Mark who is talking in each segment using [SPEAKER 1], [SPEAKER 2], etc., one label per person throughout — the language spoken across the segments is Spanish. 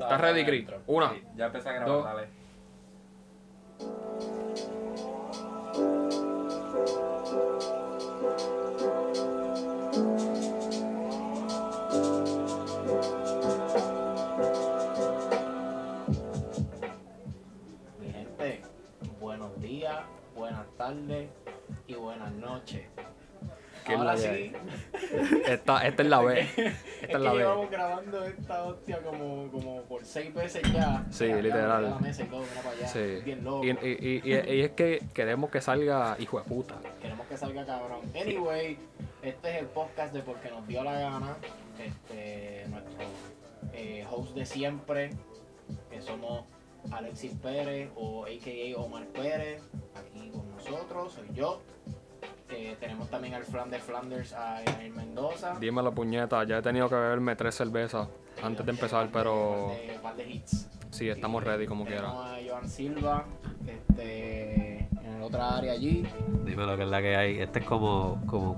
[SPEAKER 1] ¿Estás ready, Chris? Una.
[SPEAKER 2] Sí, ya empecé a grabar,
[SPEAKER 1] Dos.
[SPEAKER 2] dale.
[SPEAKER 3] Mi gente, buenos días, buenas tardes y buenas noches.
[SPEAKER 1] ¿Qué es la
[SPEAKER 3] Ahora
[SPEAKER 1] que
[SPEAKER 3] sí,
[SPEAKER 1] hay? Esta, esta es la B.
[SPEAKER 3] es
[SPEAKER 1] Esta
[SPEAKER 3] que
[SPEAKER 1] es la B.
[SPEAKER 3] llevamos grabando esta hostia como, como por seis veces ya.
[SPEAKER 1] Sí,
[SPEAKER 3] Ya, ya,
[SPEAKER 1] literal.
[SPEAKER 3] mira la mesa y todo, mira para allá.
[SPEAKER 1] Sí.
[SPEAKER 3] Bien loco.
[SPEAKER 1] Y, y- y- y- y es que queremos que salga hijo de puta.
[SPEAKER 3] Queremos que salga cabrón. Anyway, este es el podcast de Porque nos dio la gana. Este, nuestro eh, host de siempre, que somos Alexis Pérez o a.k.a. Omar Pérez, aquí con nosotros, soy yo. Eh, tenemos también al Flan de Flanders, a Emil Mendoza.
[SPEAKER 1] Dime la puñeta, ya he tenido que beberme tres cervezas antes de empezar, pero
[SPEAKER 3] Un par de- un par de hits.
[SPEAKER 1] sí, estamos
[SPEAKER 3] Y
[SPEAKER 1] ready como quiera.
[SPEAKER 3] tenemos a Joan Silva, este, en otra área allí.
[SPEAKER 4] Dime lo que es la que hay. Este es como, como,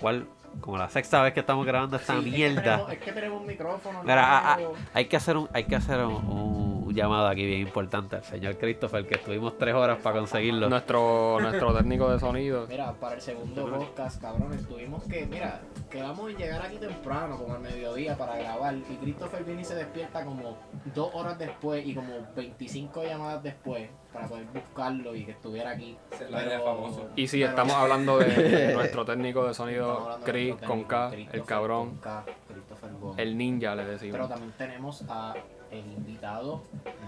[SPEAKER 4] ¿cuál? Como la sexta vez que estamos grabando esta
[SPEAKER 3] Sí, es que
[SPEAKER 4] mierda.
[SPEAKER 3] tenemos- Es que tenemos un micrófono.
[SPEAKER 4] Mira, ah, ah,
[SPEAKER 3] nuevo.
[SPEAKER 4] hay que hacer un, hay que hacer un, un llamado aquí bien importante al señor Christopher, que estuvimos tres horas para conseguirlo.
[SPEAKER 1] Nuestro, nuestro técnico de sonido.
[SPEAKER 3] Mira, para el segundo podcast, cabrones, tuvimos que, mira, quedamos en llegar aquí temprano, como al mediodía, para grabar. Y Christopher viene y se despierta como dos horas después y como 25 llamadas después para poder buscarlo y que estuviera aquí.
[SPEAKER 2] Se la haría famoso.
[SPEAKER 1] Y sí,
[SPEAKER 3] pero-
[SPEAKER 1] estamos hablando de nuestro técnico de
[SPEAKER 3] estamos
[SPEAKER 1] sonido,
[SPEAKER 3] hablando de
[SPEAKER 1] Chris
[SPEAKER 3] nuestro
[SPEAKER 1] con
[SPEAKER 3] técnico,
[SPEAKER 1] K, el
[SPEAKER 3] Christopher con
[SPEAKER 1] cabrón,
[SPEAKER 3] K, Christopher Gómez.
[SPEAKER 1] el ninja, le
[SPEAKER 3] Pero
[SPEAKER 1] decimos.
[SPEAKER 3] también tenemos a el invitado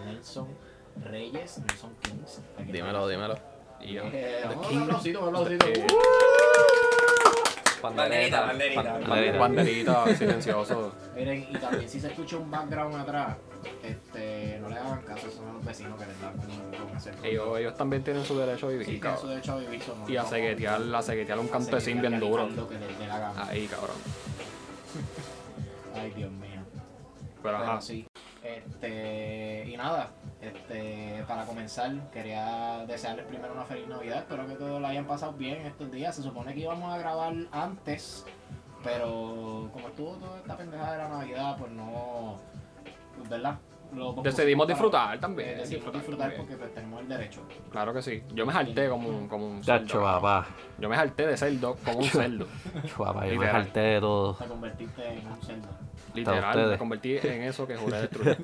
[SPEAKER 3] Nelson Reyes, Nelson Kings. Aquí
[SPEAKER 1] Dímelo,
[SPEAKER 3] está.
[SPEAKER 1] dímelo. Y ya.
[SPEAKER 3] Eh, vamos a dar
[SPEAKER 4] King.
[SPEAKER 3] un aplausito, un aplausito.
[SPEAKER 1] Eh,
[SPEAKER 2] Banderita, banderita,
[SPEAKER 1] Bande- Eh, Banderita, silencioso.
[SPEAKER 3] Miren, y también si se escucha un background atrás, este, no le hagan caso, son los vecinos que les dan con, con hacer
[SPEAKER 1] Ellos, ellos también tienen su derecho a vivir,
[SPEAKER 3] Sí, tienen su
[SPEAKER 1] cabrón.
[SPEAKER 3] derecho a vivir sonoro.
[SPEAKER 1] Y a seguetear, a seguetear un campesín bien duro. Ah.
[SPEAKER 3] Lo que les dé la gana.
[SPEAKER 1] Ahí, cabrón.
[SPEAKER 3] Ay, Dios mío.
[SPEAKER 1] Pero ajá.
[SPEAKER 3] Pero sí. Este, y nada, este, para comenzar, quería desearles primero una feliz Navidad. Espero que todos la hayan pasado bien estos días. Se supone que íbamos a grabar antes, pero como estuvo toda esta pendejada de la Navidad, pues no. pues, ¿Verdad? Lo pospusimos
[SPEAKER 1] Decidimos
[SPEAKER 3] para-
[SPEAKER 1] Pues, disfrutar
[SPEAKER 3] eh,
[SPEAKER 1] también.
[SPEAKER 3] decidimos disfrutar porque pues, tenemos el derecho.
[SPEAKER 1] Claro que sí. Yo me salté como, un- como un
[SPEAKER 4] Chacho,
[SPEAKER 1] cerdo.
[SPEAKER 4] papá.
[SPEAKER 1] Yo me salté de cerdo como un cerdo.
[SPEAKER 4] Papá, yo me
[SPEAKER 1] Literal.
[SPEAKER 4] salté de todo.
[SPEAKER 3] Te convertiste en un cerdo.
[SPEAKER 1] Literal, me
[SPEAKER 4] ustedes.
[SPEAKER 1] convertí en eso que juré destruir.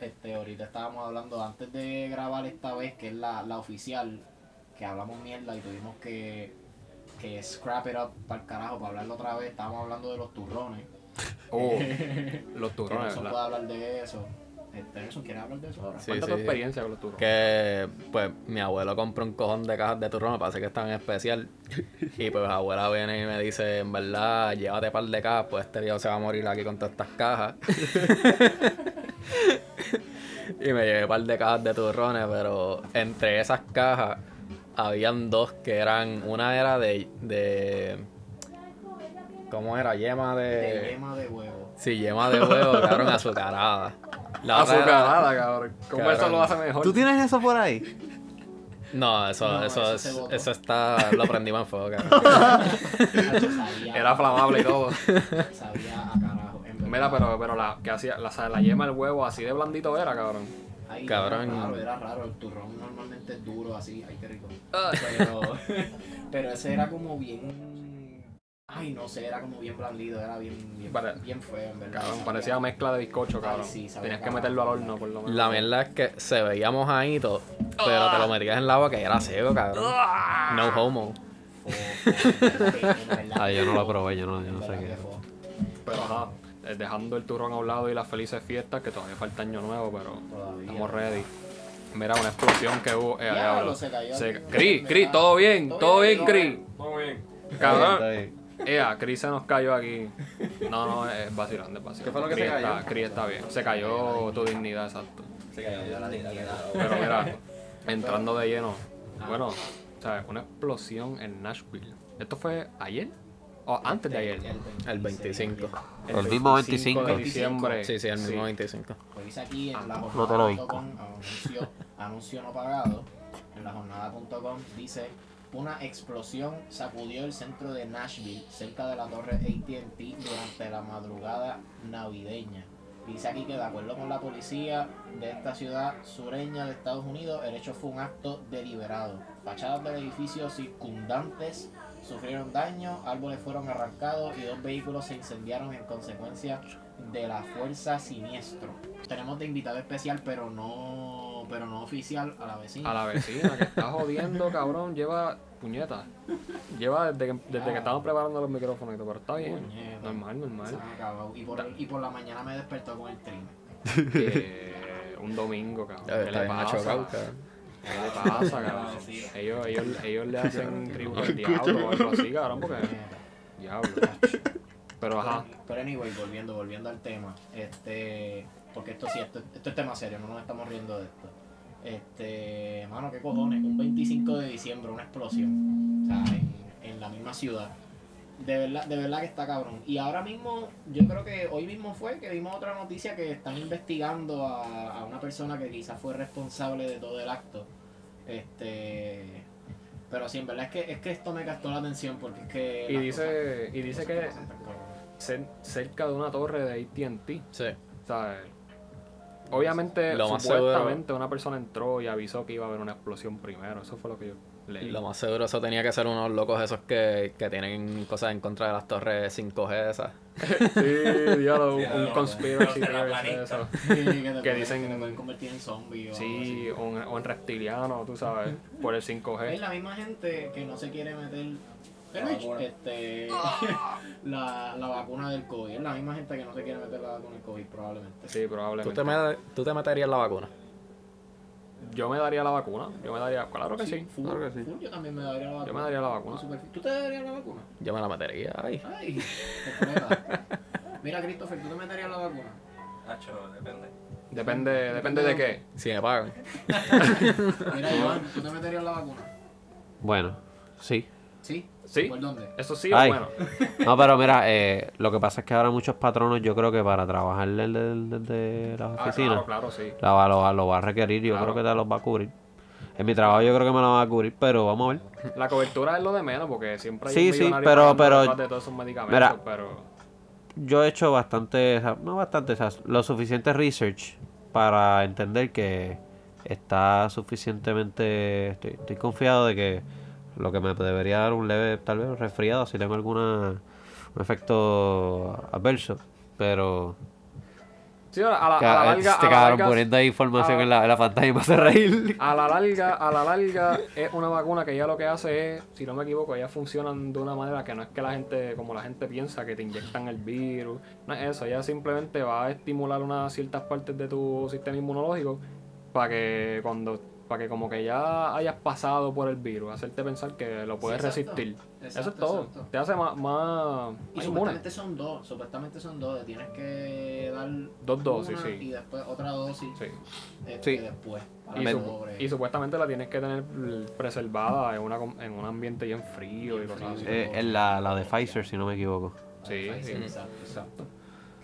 [SPEAKER 3] Este, ahorita estábamos hablando antes de grabar esta vez, que es la, la oficial, que hablamos mierda y tuvimos que, que scrap it up para el carajo, para hablarlo otra vez. Estábamos hablando de los turrones.
[SPEAKER 1] Oh,
[SPEAKER 3] que
[SPEAKER 1] los turrones,
[SPEAKER 3] Nelson puede
[SPEAKER 1] ¿verdad?
[SPEAKER 3] hablar de eso. Este, Nelson, ¿quieres hablar de eso ahora?
[SPEAKER 5] Sí.
[SPEAKER 1] Cuenta tu experiencia con los turrones.
[SPEAKER 5] Que pues mi abuelo compró un cojón de cajas de turrón, me parece que estaban en especial. Y pues la abuela viene y me dice, en verdad, llévate par de cajas, pues este día se va a morir aquí con todas estas cajas. y me llevé par de cajas de turrones, pero entre esas cajas habían dos que eran, una era de, de ¿cómo era? Yema
[SPEAKER 1] Eh.
[SPEAKER 5] de...
[SPEAKER 3] De yema de huevo.
[SPEAKER 5] Sí, yema de huevo, cabrón, azucarada. La otra era-
[SPEAKER 1] Azucarada, cabrón. ¿Cómo
[SPEAKER 5] Cabrón.
[SPEAKER 1] eso lo hace mejor?
[SPEAKER 4] ¿Tú tienes eso por ahí?
[SPEAKER 5] No, eso,
[SPEAKER 3] No,
[SPEAKER 5] eso,
[SPEAKER 3] eso
[SPEAKER 5] es-
[SPEAKER 3] se votó.
[SPEAKER 5] eso está. Lo prendimos en fuego, cabrón.
[SPEAKER 3] Nacho, sabía,
[SPEAKER 1] Era flamable y todo.
[SPEAKER 3] sabía a carajo. En verdad.
[SPEAKER 1] Mira, pero, pero la, que hacía, la, la yema del huevo así de blandito era, cabrón.
[SPEAKER 3] Ay,
[SPEAKER 5] Cabrón.
[SPEAKER 3] Era raro, era raro. El turrón normalmente es duro así. Ay, qué rico. Pero, pero ese era como bien. Ay, no sé, era como bien blandido, era bien, bien,
[SPEAKER 1] Pare-
[SPEAKER 3] bien feo, en verdad.
[SPEAKER 1] Cabrón,
[SPEAKER 3] Sabía-
[SPEAKER 1] parecía mezcla de bizcocho,
[SPEAKER 3] Ay,
[SPEAKER 1] cabrón.
[SPEAKER 3] sí, sabía
[SPEAKER 1] Tenías que
[SPEAKER 3] cabrón.
[SPEAKER 1] meterlo al horno, por lo menos.
[SPEAKER 5] La mierda es que se veía mojadito, pero te lo metías en la boca y era ciego, cabrón. No homo.
[SPEAKER 3] Fo- fo- en verdad.
[SPEAKER 4] Ah, yo no lo probé, yo no, yo
[SPEAKER 3] En
[SPEAKER 4] no sé
[SPEAKER 3] verdad que
[SPEAKER 4] qué.
[SPEAKER 3] fo.
[SPEAKER 1] Pero ajá, eh, dejando el turrón a un lado y las felices fiestas, que todavía falta año nuevo, pero
[SPEAKER 3] Todavía.
[SPEAKER 1] estamos ready. Mira, una explosión que hubo. Eh,
[SPEAKER 3] Diablo,
[SPEAKER 1] diablo.
[SPEAKER 3] se cayó.
[SPEAKER 1] Se- Cris, Cris, todo bien, todo bien, Cris.
[SPEAKER 2] Muy bien.
[SPEAKER 1] Cabrón.
[SPEAKER 4] Está bien.
[SPEAKER 1] Ea, Cris se nos cayó aquí. No, no, es vacilante, es vacilante.
[SPEAKER 5] ¿Qué fue lo que
[SPEAKER 1] Cris
[SPEAKER 5] se cayó?
[SPEAKER 1] está- Cris está bien. Se cayó tu dignidad, exacto.
[SPEAKER 2] Se cayó la dignidad.
[SPEAKER 1] Pero mira, entrando de lleno. Bueno, ¿sabes? Una explosión en Nashville. ¿Esto fue ayer? O antes de ayer.
[SPEAKER 5] El 25.
[SPEAKER 4] El mismo 25.
[SPEAKER 1] de diciembre.
[SPEAKER 5] Sí, sí, el mismo 25.
[SPEAKER 3] Lo hice aquí en la
[SPEAKER 4] Ah, no te lo vi.
[SPEAKER 3] jornada.com, anuncio, anuncio no pagado. En la jornada.com dice: Una explosión sacudió el centro de Nashville, cerca de la torre ATT, durante la madrugada navideña. Dice aquí que de acuerdo con la policía de esta ciudad sureña de Estados Unidos, el hecho fue un acto deliberado. Fachadas del edificio circundantes sufrieron daño, árboles fueron arrancados y dos vehículos se incendiaron en consecuencia de la fuerza siniestro. Tenemos de invitado especial, pero no, pero no oficial, a la vecina.
[SPEAKER 1] A la vecina que está jodiendo, cabrón, lleva puñetas. Lleva desde que, desde que
[SPEAKER 3] Ah.
[SPEAKER 1] estaban preparando los micrófonos y todo, pero está bien.
[SPEAKER 3] Puñeta.
[SPEAKER 1] Normal,
[SPEAKER 3] Se
[SPEAKER 1] normal.
[SPEAKER 3] me acabó. Y por, y por la mañana me despertó con el trim.
[SPEAKER 1] Que un domingo, cabrón.
[SPEAKER 5] Ya,
[SPEAKER 1] ¿Qué
[SPEAKER 5] está
[SPEAKER 1] le
[SPEAKER 5] bien macho,
[SPEAKER 1] pasa?
[SPEAKER 5] cabrón.
[SPEAKER 1] ¿Qué le pasa, cabrón?
[SPEAKER 3] Ah, sí.
[SPEAKER 1] Ellos, ellos, ellos le hacen tributo al diablo o algo así, cabrón, porque.
[SPEAKER 3] Eh,
[SPEAKER 1] Diablo. Pero ajá.
[SPEAKER 3] Pero anyway, volviendo, volviendo al tema, este, porque esto sí, esto, esto es tema serio, no nos estamos riendo de esto. Este, mano, qué cojones, un 25 de diciembre, una explosión, o sea, en, en la misma ciudad. De verdad, de verdad que está cabrón. Y ahora mismo, yo creo que hoy mismo fue que vimos otra noticia que están investigando a, a una persona que quizás fue responsable de todo el acto. Este, pero sí, en verdad es que, es que esto me captó la atención porque es que.
[SPEAKER 1] Y
[SPEAKER 3] las cosas-
[SPEAKER 1] dice, y dice que
[SPEAKER 3] cosas pasan tan cabrones.
[SPEAKER 1] cer- cerca de una torre de ATT.
[SPEAKER 5] Sí.
[SPEAKER 1] ¿sabes? Obviamente,
[SPEAKER 5] Lo más
[SPEAKER 1] supuestamente una persona entró y avisó que iba a haber una explosión primero. Eso fue lo que yo leí.
[SPEAKER 5] Lo más seguro eso tenía que ser unos locos esos que, que tienen cosas en contra de las torres 5G esas.
[SPEAKER 1] Sí, diablo, un,
[SPEAKER 2] Sí,
[SPEAKER 1] un
[SPEAKER 2] no,
[SPEAKER 1] conspiracy
[SPEAKER 2] no,
[SPEAKER 1] theory,
[SPEAKER 2] terraplanista.
[SPEAKER 1] eso.
[SPEAKER 3] Sí, que, te pueden-
[SPEAKER 1] dicen-
[SPEAKER 3] que te pueden convertir en zombie o algo así.
[SPEAKER 1] Sí, o un, o un reptiliano, tú sabes, por el
[SPEAKER 3] Es
[SPEAKER 1] 5G.
[SPEAKER 3] la misma gente que no se quiere meter
[SPEAKER 2] La vacuna.
[SPEAKER 3] este, la, la vacuna del COVID. Es la misma gente que no se quiere meter la vacuna del COVID, probablemente.
[SPEAKER 1] Sí,
[SPEAKER 5] ¿Tú te,
[SPEAKER 1] probablemente.
[SPEAKER 5] me- tú te meterías la vacuna?
[SPEAKER 1] Yo me daría la vacuna. Yo me daría, claro que sí.
[SPEAKER 3] full,
[SPEAKER 4] claro que sí.
[SPEAKER 3] full, yo también me daría la vacuna.
[SPEAKER 1] Yo me daría la
[SPEAKER 3] Full
[SPEAKER 1] vacuna.
[SPEAKER 3] super- ¿Tú te darías la vacuna?
[SPEAKER 5] Yo me la metería. Ay.
[SPEAKER 3] Ay, qué prueba. Mira, Christopher, ¿tú te meterías la vacuna?
[SPEAKER 2] Nacho, depende.
[SPEAKER 1] Depende, depende de qué.
[SPEAKER 5] Si me pagan.
[SPEAKER 3] Mira, Iván, ¿tú te meterías la vacuna?
[SPEAKER 4] Bueno, sí.
[SPEAKER 3] ¿Sí?
[SPEAKER 1] Sí.
[SPEAKER 3] ¿Por dónde?
[SPEAKER 1] Eso sí o
[SPEAKER 4] Ay.
[SPEAKER 1] bueno.
[SPEAKER 4] No, pero mira, eh, lo que pasa es que ahora muchos patronos, yo creo que para trabajar desde desde las
[SPEAKER 1] Ah,
[SPEAKER 4] oficinas,
[SPEAKER 1] claro, claro, sí.
[SPEAKER 4] la va- lo, va- lo va a requerir. Yo
[SPEAKER 1] Claro.
[SPEAKER 4] creo que te los va a cubrir. En mi trabajo, yo creo que me lo va a cubrir, pero vamos a ver.
[SPEAKER 1] La cobertura es lo de menos porque siempre hay
[SPEAKER 4] Sí,
[SPEAKER 1] un
[SPEAKER 4] sí,
[SPEAKER 1] millonario
[SPEAKER 4] pero-
[SPEAKER 1] pagando
[SPEAKER 4] pero-
[SPEAKER 1] detrás de todos esos medicamentos,
[SPEAKER 4] Mira.
[SPEAKER 1] pero
[SPEAKER 4] yo he hecho bastante, o sea, no bastante, o sea, lo suficiente research para entender que está suficientemente, estoy, estoy confiado de que lo que me debería dar un leve, tal vez un resfriado, si tengo alguna un efecto adverso, pero
[SPEAKER 1] sí, a la, a la
[SPEAKER 4] Ca-
[SPEAKER 1] larga,
[SPEAKER 4] este
[SPEAKER 1] a la
[SPEAKER 4] cabrón
[SPEAKER 1] larga-
[SPEAKER 4] poniendo ahí información
[SPEAKER 1] a-
[SPEAKER 4] en, la, en la pantalla y me hace reír.
[SPEAKER 1] A la larga, a la larga es una vacuna que ya lo que hace es, si no me equivoco, ya funcionan de una manera que no es que la gente, como la gente piensa, que te inyectan el virus. No es eso, ya simplemente va a estimular unas ciertas partes de tu sistema inmunológico para que cuando, para que como que ya hayas pasado por el virus, hacerte pensar que lo puedes
[SPEAKER 3] Sí, exacto.
[SPEAKER 1] resistir. eso es
[SPEAKER 3] Exacto,
[SPEAKER 1] todo.
[SPEAKER 3] exacto.
[SPEAKER 1] Te hace más, más
[SPEAKER 3] Y
[SPEAKER 1] más inmune.
[SPEAKER 3] supuestamente son dos, supuestamente son dos, le tienes que dar
[SPEAKER 1] Dos dosis,
[SPEAKER 3] una
[SPEAKER 1] sí.
[SPEAKER 3] y después otra dosis
[SPEAKER 1] Sí.
[SPEAKER 3] este,
[SPEAKER 4] Sí.
[SPEAKER 3] después. para
[SPEAKER 1] Y,
[SPEAKER 3] que
[SPEAKER 1] su-
[SPEAKER 3] cobre.
[SPEAKER 1] y supuestamente la tienes que tener preservada en, una, com- en un ambiente bien frío y
[SPEAKER 3] Bien
[SPEAKER 1] cosas así.
[SPEAKER 3] frío.
[SPEAKER 4] Eh, en la, la de Pfizer, si no me equivoco.
[SPEAKER 1] Sí,
[SPEAKER 3] Ahí
[SPEAKER 1] sí.
[SPEAKER 3] Exacto, exacto.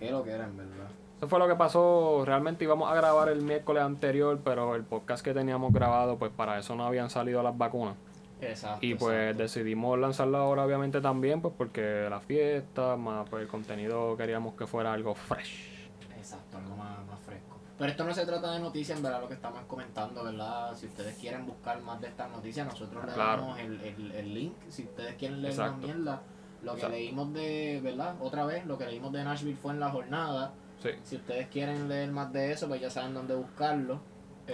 [SPEAKER 3] Que lo que era en verdad.
[SPEAKER 1] Eso fue lo que pasó. Realmente íbamos a grabar el miércoles anterior, pero el podcast que teníamos grabado, pues para eso no habían salido las vacunas.
[SPEAKER 3] Exacto.
[SPEAKER 1] Y pues
[SPEAKER 3] exacto.
[SPEAKER 1] decidimos lanzarla ahora, obviamente también, pues porque la fiesta, más pues, el contenido queríamos que fuera algo fresh.
[SPEAKER 3] Exacto, algo más, más fresco. Pero esto no se trata de noticias, en verdad, lo que estamos comentando, ¿verdad? Si ustedes quieren buscar más de estas noticias, nosotros le
[SPEAKER 1] Claro.
[SPEAKER 3] damos el, el, el link. Si ustedes quieren leer
[SPEAKER 1] Exacto.
[SPEAKER 3] más mierda, lo que
[SPEAKER 1] Exacto.
[SPEAKER 3] leímos de, ¿verdad? Otra vez, lo que leímos de Nashville fue en la jornada.
[SPEAKER 1] Sí.
[SPEAKER 3] Si ustedes quieren leer más de eso, pues ya saben dónde buscarlo.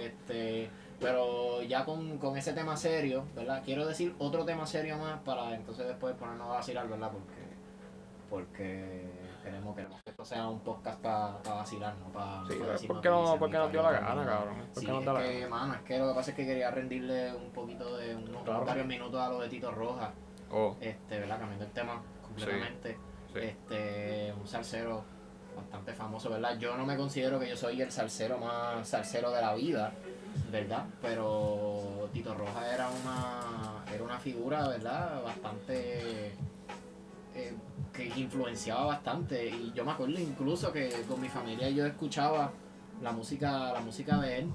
[SPEAKER 3] Este, pero ya con, con ese tema serio, ¿verdad? Quiero decir otro tema serio más para entonces después ponernos a vacilar, ¿verdad? Porque, porque queremos, queremos que esto sea un podcast para vacilar, no para...
[SPEAKER 1] Sí, pero Pues, ¿por qué no, por qué no te dio la gana, cabrón? ¿Por
[SPEAKER 3] Sí,
[SPEAKER 1] qué no
[SPEAKER 3] es
[SPEAKER 1] te da la
[SPEAKER 3] que,
[SPEAKER 1] gana?
[SPEAKER 3] mano, es que lo que pasa es que quería rendirle un poquito de unos
[SPEAKER 1] Claro.
[SPEAKER 3] varios minutos a lo de Tito Rojas,
[SPEAKER 1] Oh,
[SPEAKER 3] este, ¿verdad? Cambiando el tema completamente
[SPEAKER 1] sí.
[SPEAKER 3] este un salsero bastante famoso, ¿verdad? Yo no me considero que yo soy el salsero más salsero de la vida, ¿verdad? Pero Tito Roja era una era una figura, ¿verdad? Bastante eh, que influenciaba bastante y yo me acuerdo incluso que con mi familia yo escuchaba la música la música de él.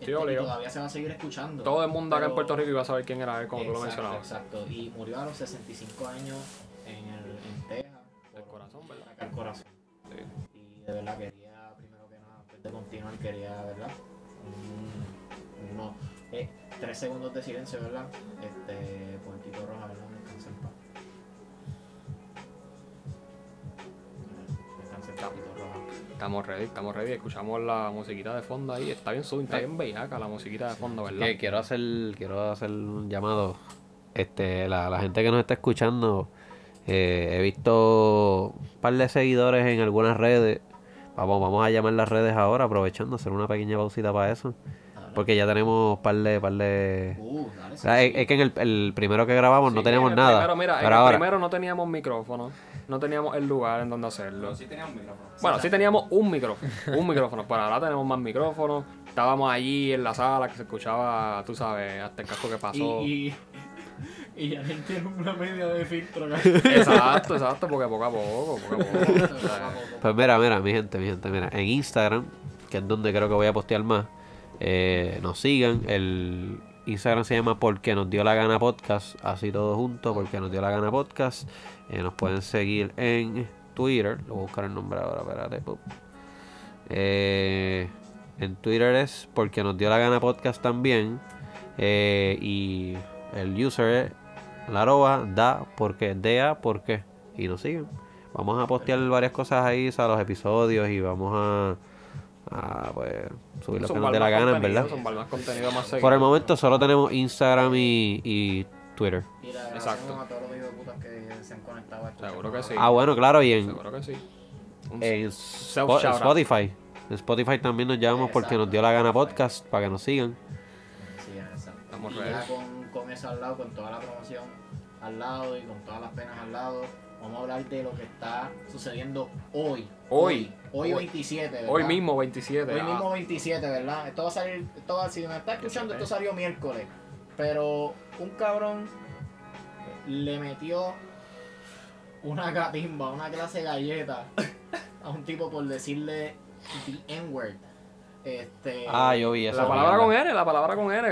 [SPEAKER 3] Este, y
[SPEAKER 1] obligado.
[SPEAKER 3] todavía se va a seguir escuchando.
[SPEAKER 1] Todo el mundo acá en
[SPEAKER 3] Pero-
[SPEAKER 1] Puerto Rico iba a saber quién era él, como tú lo
[SPEAKER 3] Exacto,
[SPEAKER 1] mencionabas.
[SPEAKER 3] Exacto, y murió a los 65 años en, el, en Texas.
[SPEAKER 1] El corazón, ¿verdad?
[SPEAKER 3] Acá el corazón.
[SPEAKER 1] Sí.
[SPEAKER 3] Y de verdad quería de continuar quería, ¿verdad? Mm, No. Eh, tres segundos de silencio, ¿verdad? Este, por Tito Roja, ¿verdad? Descansa en paz. Descansa en paz, Tito Roja.
[SPEAKER 1] Estamos ready, estamos ready. Escuchamos la musiquita de fondo ahí. Está bien suave, está bien bellaca la musiquita de fondo, ¿verdad?
[SPEAKER 4] Que quiero hacer quiero hacer un llamado este la, la gente que nos está escuchando eh, he visto un par de seguidores en algunas redes vamos vamos a llamar las redes ahora aprovechando hacer una pequeña pausita para eso
[SPEAKER 3] Dale.
[SPEAKER 4] porque ya tenemos par de par de
[SPEAKER 3] Uh, dale,
[SPEAKER 4] o
[SPEAKER 3] sí,
[SPEAKER 4] sea, es,
[SPEAKER 3] sí.
[SPEAKER 4] es que en el, el primero que grabamos no
[SPEAKER 1] Sí,
[SPEAKER 4] teníamos
[SPEAKER 1] en el
[SPEAKER 4] nada
[SPEAKER 1] Primero, mira, en
[SPEAKER 4] pero
[SPEAKER 1] el
[SPEAKER 4] ahora
[SPEAKER 1] primero no teníamos micrófono, no teníamos el lugar en donde hacerlo.
[SPEAKER 2] Pero sí tenía un micrófono.
[SPEAKER 1] Bueno, sí teníamos un micrófono, un micrófono, pero ahora tenemos más micrófonos. Estábamos allí en la sala que se escuchaba, tú sabes, hasta el casco que pasó.
[SPEAKER 3] Y, y, y ya le tiene una media de filtro. ¿no?
[SPEAKER 1] Exacto, exacto, porque poco a poco, poco a poco. o sea,
[SPEAKER 4] Pues mira, mira, mi gente, mi gente, mira. En Instagram, que es donde creo que voy a postear más, eh, nos sigan. El Instagram se llama Porque nos dio la gana podcast. Así todo junto, Porque nos dio la gana podcast. Eh, nos pueden seguir en Twitter. Lo voy a buscar el nombre ahora, espérate. pup. Eh, en Twitter es Porque nos dio la gana podcast también. Eh, y el user es la arroba da porque da porque y nos siguen vamos a postear varias cosas ahí o sea, los episodios y vamos a, a, pues subir lo que nos
[SPEAKER 1] zumbar
[SPEAKER 4] dé la
[SPEAKER 1] más
[SPEAKER 4] gana en
[SPEAKER 1] contenido,
[SPEAKER 4] verdad
[SPEAKER 1] zumbar más contenido, más
[SPEAKER 4] por el
[SPEAKER 1] seguido.
[SPEAKER 4] momento solo tenemos Instagram y, y Twitter
[SPEAKER 3] Mira,
[SPEAKER 1] Exacto.
[SPEAKER 3] agradecemos a todos los hijos de putas que se han conectado a esto.
[SPEAKER 1] Seguro que sí.
[SPEAKER 4] ah bueno claro y en,
[SPEAKER 1] Seguro que sí. Un-
[SPEAKER 4] en
[SPEAKER 1] Self
[SPEAKER 4] Eh, Spo-
[SPEAKER 1] shout out.
[SPEAKER 4] Spotify en Spotify también nos llamamos porque nos dio la gana podcast para que nos sigan
[SPEAKER 3] Sí, exacto.
[SPEAKER 1] Estamos
[SPEAKER 3] Y
[SPEAKER 1] ready.
[SPEAKER 3] ya con, con eso al lado, con toda la promoción al lado y con todas las penas al lado, vamos a hablar de lo que está sucediendo hoy.
[SPEAKER 1] Hoy.
[SPEAKER 3] Hoy,
[SPEAKER 1] Hoy.
[SPEAKER 3] 27, ¿verdad?
[SPEAKER 1] Hoy mismo, 27.
[SPEAKER 3] Hoy
[SPEAKER 1] ah,
[SPEAKER 3] mismo 27, ¿verdad? Esto va a salir, esto va- si me está escuchando, esto salió miércoles. Pero un cabrón le metió una gatimba, una clase de galleta a un tipo por decirle the N-word. Este,
[SPEAKER 4] ah yo vi esa
[SPEAKER 1] La palabra
[SPEAKER 4] mierda.
[SPEAKER 1] con N, la palabra con N,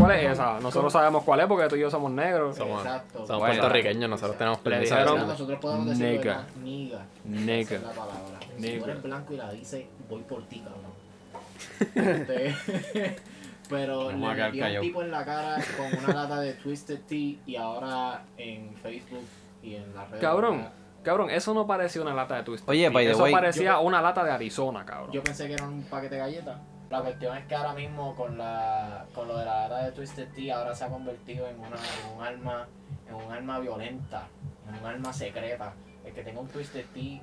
[SPEAKER 1] ¿cuál es esa? Nosotros sabemos cuál es porque tú y yo somos negros.
[SPEAKER 5] Somos,
[SPEAKER 3] Exacto.
[SPEAKER 5] somos
[SPEAKER 1] Bueno.
[SPEAKER 5] puertorriqueños, nosotros tenemos
[SPEAKER 1] Le
[SPEAKER 5] permiso de
[SPEAKER 1] dijeron-
[SPEAKER 5] decirlo.
[SPEAKER 3] nosotros podemos decir
[SPEAKER 1] Nigga.
[SPEAKER 3] ¿verdad? Niga. Esa
[SPEAKER 1] Nigga.
[SPEAKER 3] es la palabra. Si
[SPEAKER 1] Nigga.
[SPEAKER 3] tú eres blanco y la dice, voy por ti, cabrón. Este, Pero
[SPEAKER 4] Vamos a
[SPEAKER 3] le
[SPEAKER 4] quedar
[SPEAKER 3] metió un
[SPEAKER 4] callado.
[SPEAKER 3] tipo en la cara con una lata de Twisted Tea y ahora en Facebook y en las redes.
[SPEAKER 1] Cabrón,
[SPEAKER 3] ¿verdad?
[SPEAKER 1] cabrón, eso no parecía una lata de Twisted
[SPEAKER 4] Oye,
[SPEAKER 1] Tea.
[SPEAKER 4] by the
[SPEAKER 1] Eso
[SPEAKER 4] way,
[SPEAKER 1] parecía una lata de Arizona, cabrón.
[SPEAKER 3] Yo pensé que era un paquete de galletas. La cuestión es que ahora mismo con la con lo de la lata de Twisted Tea ahora se ha convertido en, una, en un arma en un arma violenta, en un arma secreta. El que tenga un Twisted Tea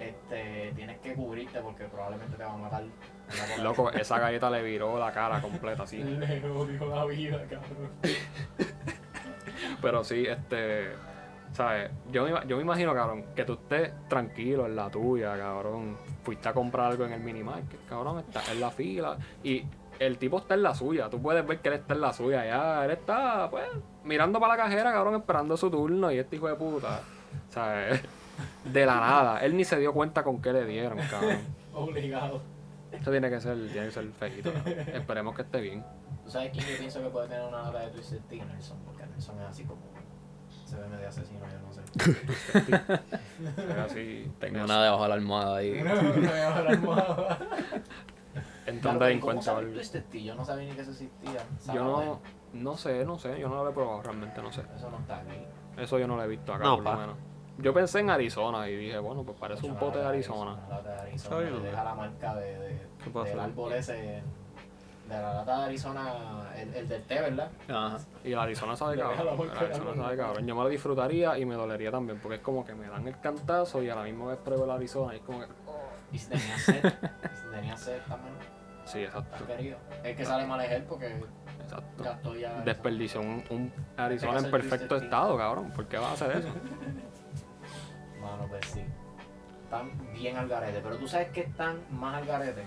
[SPEAKER 3] este, tienes que cubrirte porque probablemente te va a matar.
[SPEAKER 1] Loco, esa galleta le viró la cara completa, sí.
[SPEAKER 3] Le odio la vida, cabrón.
[SPEAKER 1] Pero sí, este. ¿Sabes? Yo me, ima- yo me imagino, cabrón, que tú estés tranquilo en la tuya, cabrón. Fuiste a comprar algo en el minimarket, cabrón, estás en la fila. Y el tipo está en la suya. Tú puedes ver que él está en la suya. Ya, él está, pues, mirando para la cajera, cabrón, esperando su turno. Y este hijo de puta, ¿sabes? De la nada. Él ni se dio cuenta con qué le dieron, cabrón.
[SPEAKER 3] Obligado.
[SPEAKER 1] Esto tiene que ser, tiene que ser feíto. cabrón. Esperemos que esté bien.
[SPEAKER 3] ¿Tú sabes quién yo pienso que puede tener una lata de Twisted Tea? Nelson, porque Nelson es así como. Se ve medio asesino, yo no sé.
[SPEAKER 1] Pero así,
[SPEAKER 5] Tengo una debajo de la almohada ahí.
[SPEAKER 1] Entra un
[SPEAKER 3] Claro, pero ¿cómo
[SPEAKER 1] delincuente.
[SPEAKER 3] sabe
[SPEAKER 1] ¿vale?
[SPEAKER 3] Twisted Tea? Yo no sabía ni que eso existía. Sabe,
[SPEAKER 1] Yo
[SPEAKER 3] bueno,
[SPEAKER 1] no, no sé, no sé, yo no lo he probado realmente, no sé.
[SPEAKER 3] Eso no está aquí.
[SPEAKER 1] Eso yo no lo he visto acá,
[SPEAKER 4] No,
[SPEAKER 1] por
[SPEAKER 4] pa.
[SPEAKER 1] lo menos. Yo pensé en Arizona y dije, bueno, pues parece un
[SPEAKER 3] Una
[SPEAKER 1] pote de
[SPEAKER 3] lata
[SPEAKER 1] Arizona.
[SPEAKER 3] Una lata de Arizona.
[SPEAKER 4] Está bien,
[SPEAKER 3] que
[SPEAKER 4] ¿no?
[SPEAKER 3] Deja la marca de, de-
[SPEAKER 4] ¿Qué pasó?
[SPEAKER 3] del árbol ese. De la lata de Arizona, el, el del té, ¿verdad?
[SPEAKER 5] Ajá.
[SPEAKER 1] Y la Arizona sabe
[SPEAKER 3] Le deja la
[SPEAKER 1] cabrón.
[SPEAKER 3] boca
[SPEAKER 1] La Arizona
[SPEAKER 3] grande.
[SPEAKER 1] sabe cabrón. Yo me lo disfrutaría y me dolería también, porque es como que me dan el cantazo y a la misma vez pruebo el Arizona y es como que.
[SPEAKER 3] Y si tenía sed, y si tenía sed también,
[SPEAKER 1] Sí, exacto,
[SPEAKER 3] tan querido. El que sale mal es él porque
[SPEAKER 1] exacto.
[SPEAKER 3] gastó ya.
[SPEAKER 1] Desperdició un, un Arizona
[SPEAKER 3] Hay
[SPEAKER 1] en
[SPEAKER 3] que hacer
[SPEAKER 1] perfecto
[SPEAKER 3] twisted tea.
[SPEAKER 1] estado, cabrón. ¿Por qué vas a hacer eso?
[SPEAKER 3] Mano, pues sí. Están bien al garete. Pero tú sabes que están más al garete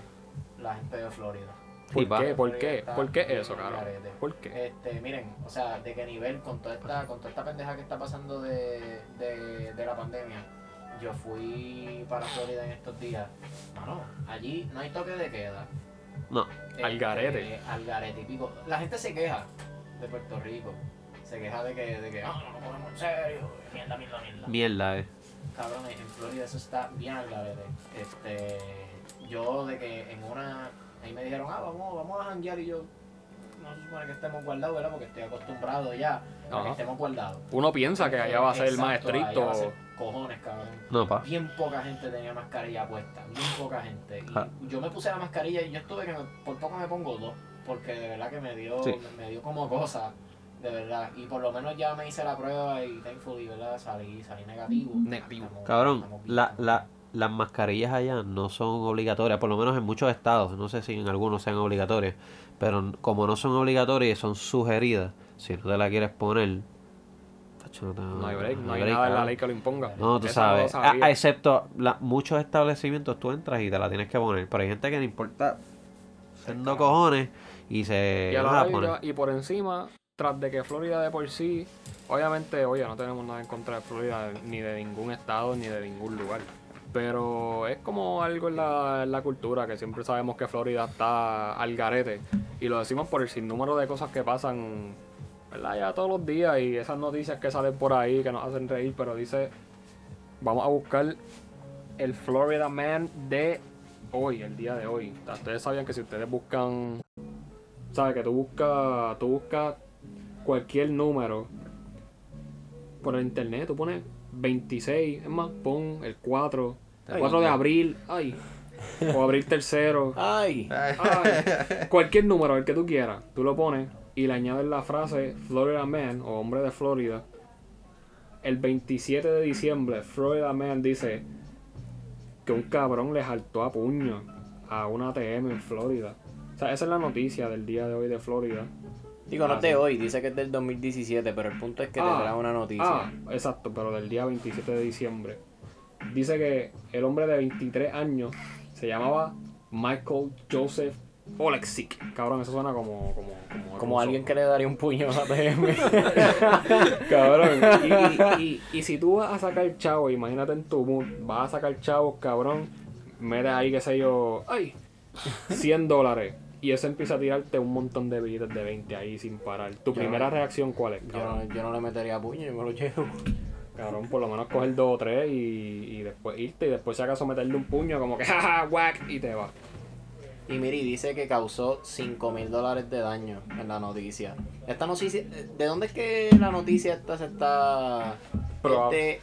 [SPEAKER 3] la gente de Florida.
[SPEAKER 4] Y
[SPEAKER 1] ¿Por
[SPEAKER 4] va.
[SPEAKER 1] qué? ¿Por qué?
[SPEAKER 3] Está
[SPEAKER 1] ¿Por qué
[SPEAKER 3] bien
[SPEAKER 1] eso,
[SPEAKER 3] al
[SPEAKER 1] cabrón?
[SPEAKER 3] garete.
[SPEAKER 1] ¿Por qué?
[SPEAKER 3] Este, miren, o sea, de qué nivel con toda esta, con toda esta pendeja que está pasando de, de, de la pandemia. Yo fui para Florida en estos días. Mano, allí no hay toque de queda. Este,
[SPEAKER 4] no
[SPEAKER 1] Al garete.
[SPEAKER 3] Al garete y pico. La gente se queja de Puerto Rico. Se queja de que, de que "Ah, no lo cogemos en serio. Mierda, mierda, mierda.
[SPEAKER 4] mierda eh
[SPEAKER 3] Cabrones, en Florida eso está bien al garete. Este,
[SPEAKER 6] yo de que en una, ahí me dijeron, ah, vamos, vamos a janguear y yo, no se supone que estemos guardados, ¿verdad? Porque estoy acostumbrado ya a
[SPEAKER 1] Ajá.
[SPEAKER 6] que estemos guardados.
[SPEAKER 1] Uno piensa que allá va a ser
[SPEAKER 6] Exacto,
[SPEAKER 1] más
[SPEAKER 6] allá va a ser
[SPEAKER 1] estricto.
[SPEAKER 6] Cojones, cabrón.
[SPEAKER 4] No, pa.
[SPEAKER 6] Bien poca gente tenía mascarilla puesta, bien poca gente. Y
[SPEAKER 4] Ah.
[SPEAKER 6] yo me puse la mascarilla y yo estuve que me- por poco me pongo dos, porque de verdad que me dio,
[SPEAKER 4] Sí.
[SPEAKER 6] me dio como cosa, de verdad. Y por lo menos ya me hice la prueba y thankfully, ¿verdad? Salí, salí negativo.
[SPEAKER 1] Negativo.
[SPEAKER 6] Estamos-
[SPEAKER 4] Cabrón,
[SPEAKER 6] estamos bien.
[SPEAKER 4] la, la- las mascarillas allá no son obligatorias, por lo menos en muchos estados, no sé si en algunos sean obligatorias, pero n- como no son obligatorias, son sugeridas, si no te la quieres poner, tacho, no, te-
[SPEAKER 1] No hay break, no hay
[SPEAKER 4] break,
[SPEAKER 1] nada en la
[SPEAKER 4] cabrón.
[SPEAKER 1] ley que lo imponga.
[SPEAKER 4] No, tú
[SPEAKER 1] Eso lo
[SPEAKER 4] sabes, Ah,
[SPEAKER 1] sabía.
[SPEAKER 4] a- a excepto la- muchos establecimientos tú entras y te la tienes que poner, pero hay gente que le importa siendo cojones y se
[SPEAKER 1] y a
[SPEAKER 4] no
[SPEAKER 1] la
[SPEAKER 4] la pone.
[SPEAKER 1] larga, y por encima, tras de que Florida de por sí, obviamente, oye, no tenemos nada en contra de Florida, ni de ningún estado, ni de ningún lugar. Pero es como algo en la, en la cultura, que siempre sabemos que Florida está al garete. Y lo decimos por el sinnúmero de cosas que pasan, ¿verdad? Ya todos los días y esas noticias que salen por ahí, que nos hacen reír, pero dice, vamos a buscar el Florida Man de hoy, el día de hoy. O sea, Ustedes sabían que si ustedes buscan sabes que tú buscas tú buscas cualquier número por el internet tú pones 26 es más pon el 4 el 4 de abril ay o abril tercero
[SPEAKER 6] Ay,
[SPEAKER 1] ay, cualquier número el que tú quieras tú lo pones y le añades la frase Florida man o hombre de Florida el 27 de diciembre Florida man dice que un cabrón le saltó a puño a una ATM en Florida o sea, esa es la noticia del día de hoy de Florida.
[SPEAKER 3] Digo, no es de hoy, dice que es del 2017, pero el punto es que
[SPEAKER 1] Ah,
[SPEAKER 3] te trae una noticia.
[SPEAKER 1] Ah, exacto, pero del día 27 de diciembre. Dice que el hombre de 23 años se llamaba Michael Joseph Oleksik. Cabrón, eso suena como... Como, como,
[SPEAKER 3] Como
[SPEAKER 1] ruso.
[SPEAKER 3] alguien que le daría un puño a TM.
[SPEAKER 1] Cabrón. Y, y- y- y si tú vas a sacar chavo, imagínate en tu mood, vas a sacar chavos, cabrón, mete ahí, qué sé yo, ay, 100 dólares. Y eso empieza a tirarte un montón de billetes de 20 ahí sin parar. ¿Tu
[SPEAKER 3] Yo-
[SPEAKER 1] primera reacción cuál es,
[SPEAKER 3] yo,
[SPEAKER 1] cabrón?
[SPEAKER 3] no, yo no le metería puño, yo me lo llevo.
[SPEAKER 1] Cabrón, por lo menos coger dos o tres y, y después irte y después si acaso meterle un puño como que jaja, whack y te va.
[SPEAKER 3] Y Miri dice que causó 5 mil dólares de daño en la noticia. Esta noticia, ¿de dónde es que la noticia esta se está?
[SPEAKER 1] Pero-
[SPEAKER 3] Este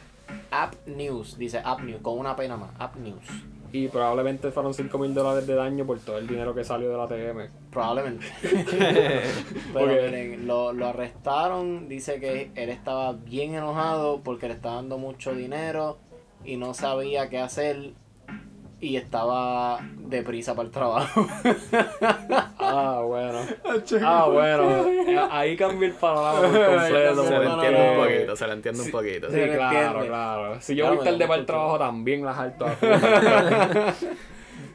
[SPEAKER 3] App News, dice App News, con una pena más, App News.
[SPEAKER 1] Y probablemente fueron 5 mil dólares de daño por todo el dinero que salió de la TM.
[SPEAKER 3] Probablemente. Pero
[SPEAKER 1] Porque-
[SPEAKER 3] miren, lo, lo arrestaron, dice que él estaba bien enojado porque le estaba dando mucho dinero y no sabía qué hacer y estaba deprisa para el trabajo.
[SPEAKER 1] Ah, bueno. Ah, bueno. Ahí cambió el panorama por completo.
[SPEAKER 5] Se
[SPEAKER 3] no,
[SPEAKER 5] le
[SPEAKER 3] no,
[SPEAKER 5] entiende un
[SPEAKER 3] no.
[SPEAKER 5] poquito, se le entiende un poquito.
[SPEAKER 1] Sí,
[SPEAKER 3] Se le
[SPEAKER 1] claro,
[SPEAKER 3] entiende.
[SPEAKER 1] claro. Si yo
[SPEAKER 3] Claro,
[SPEAKER 1] voy tarde
[SPEAKER 3] me
[SPEAKER 1] para el
[SPEAKER 3] escucho.
[SPEAKER 1] trabajo, también las alto.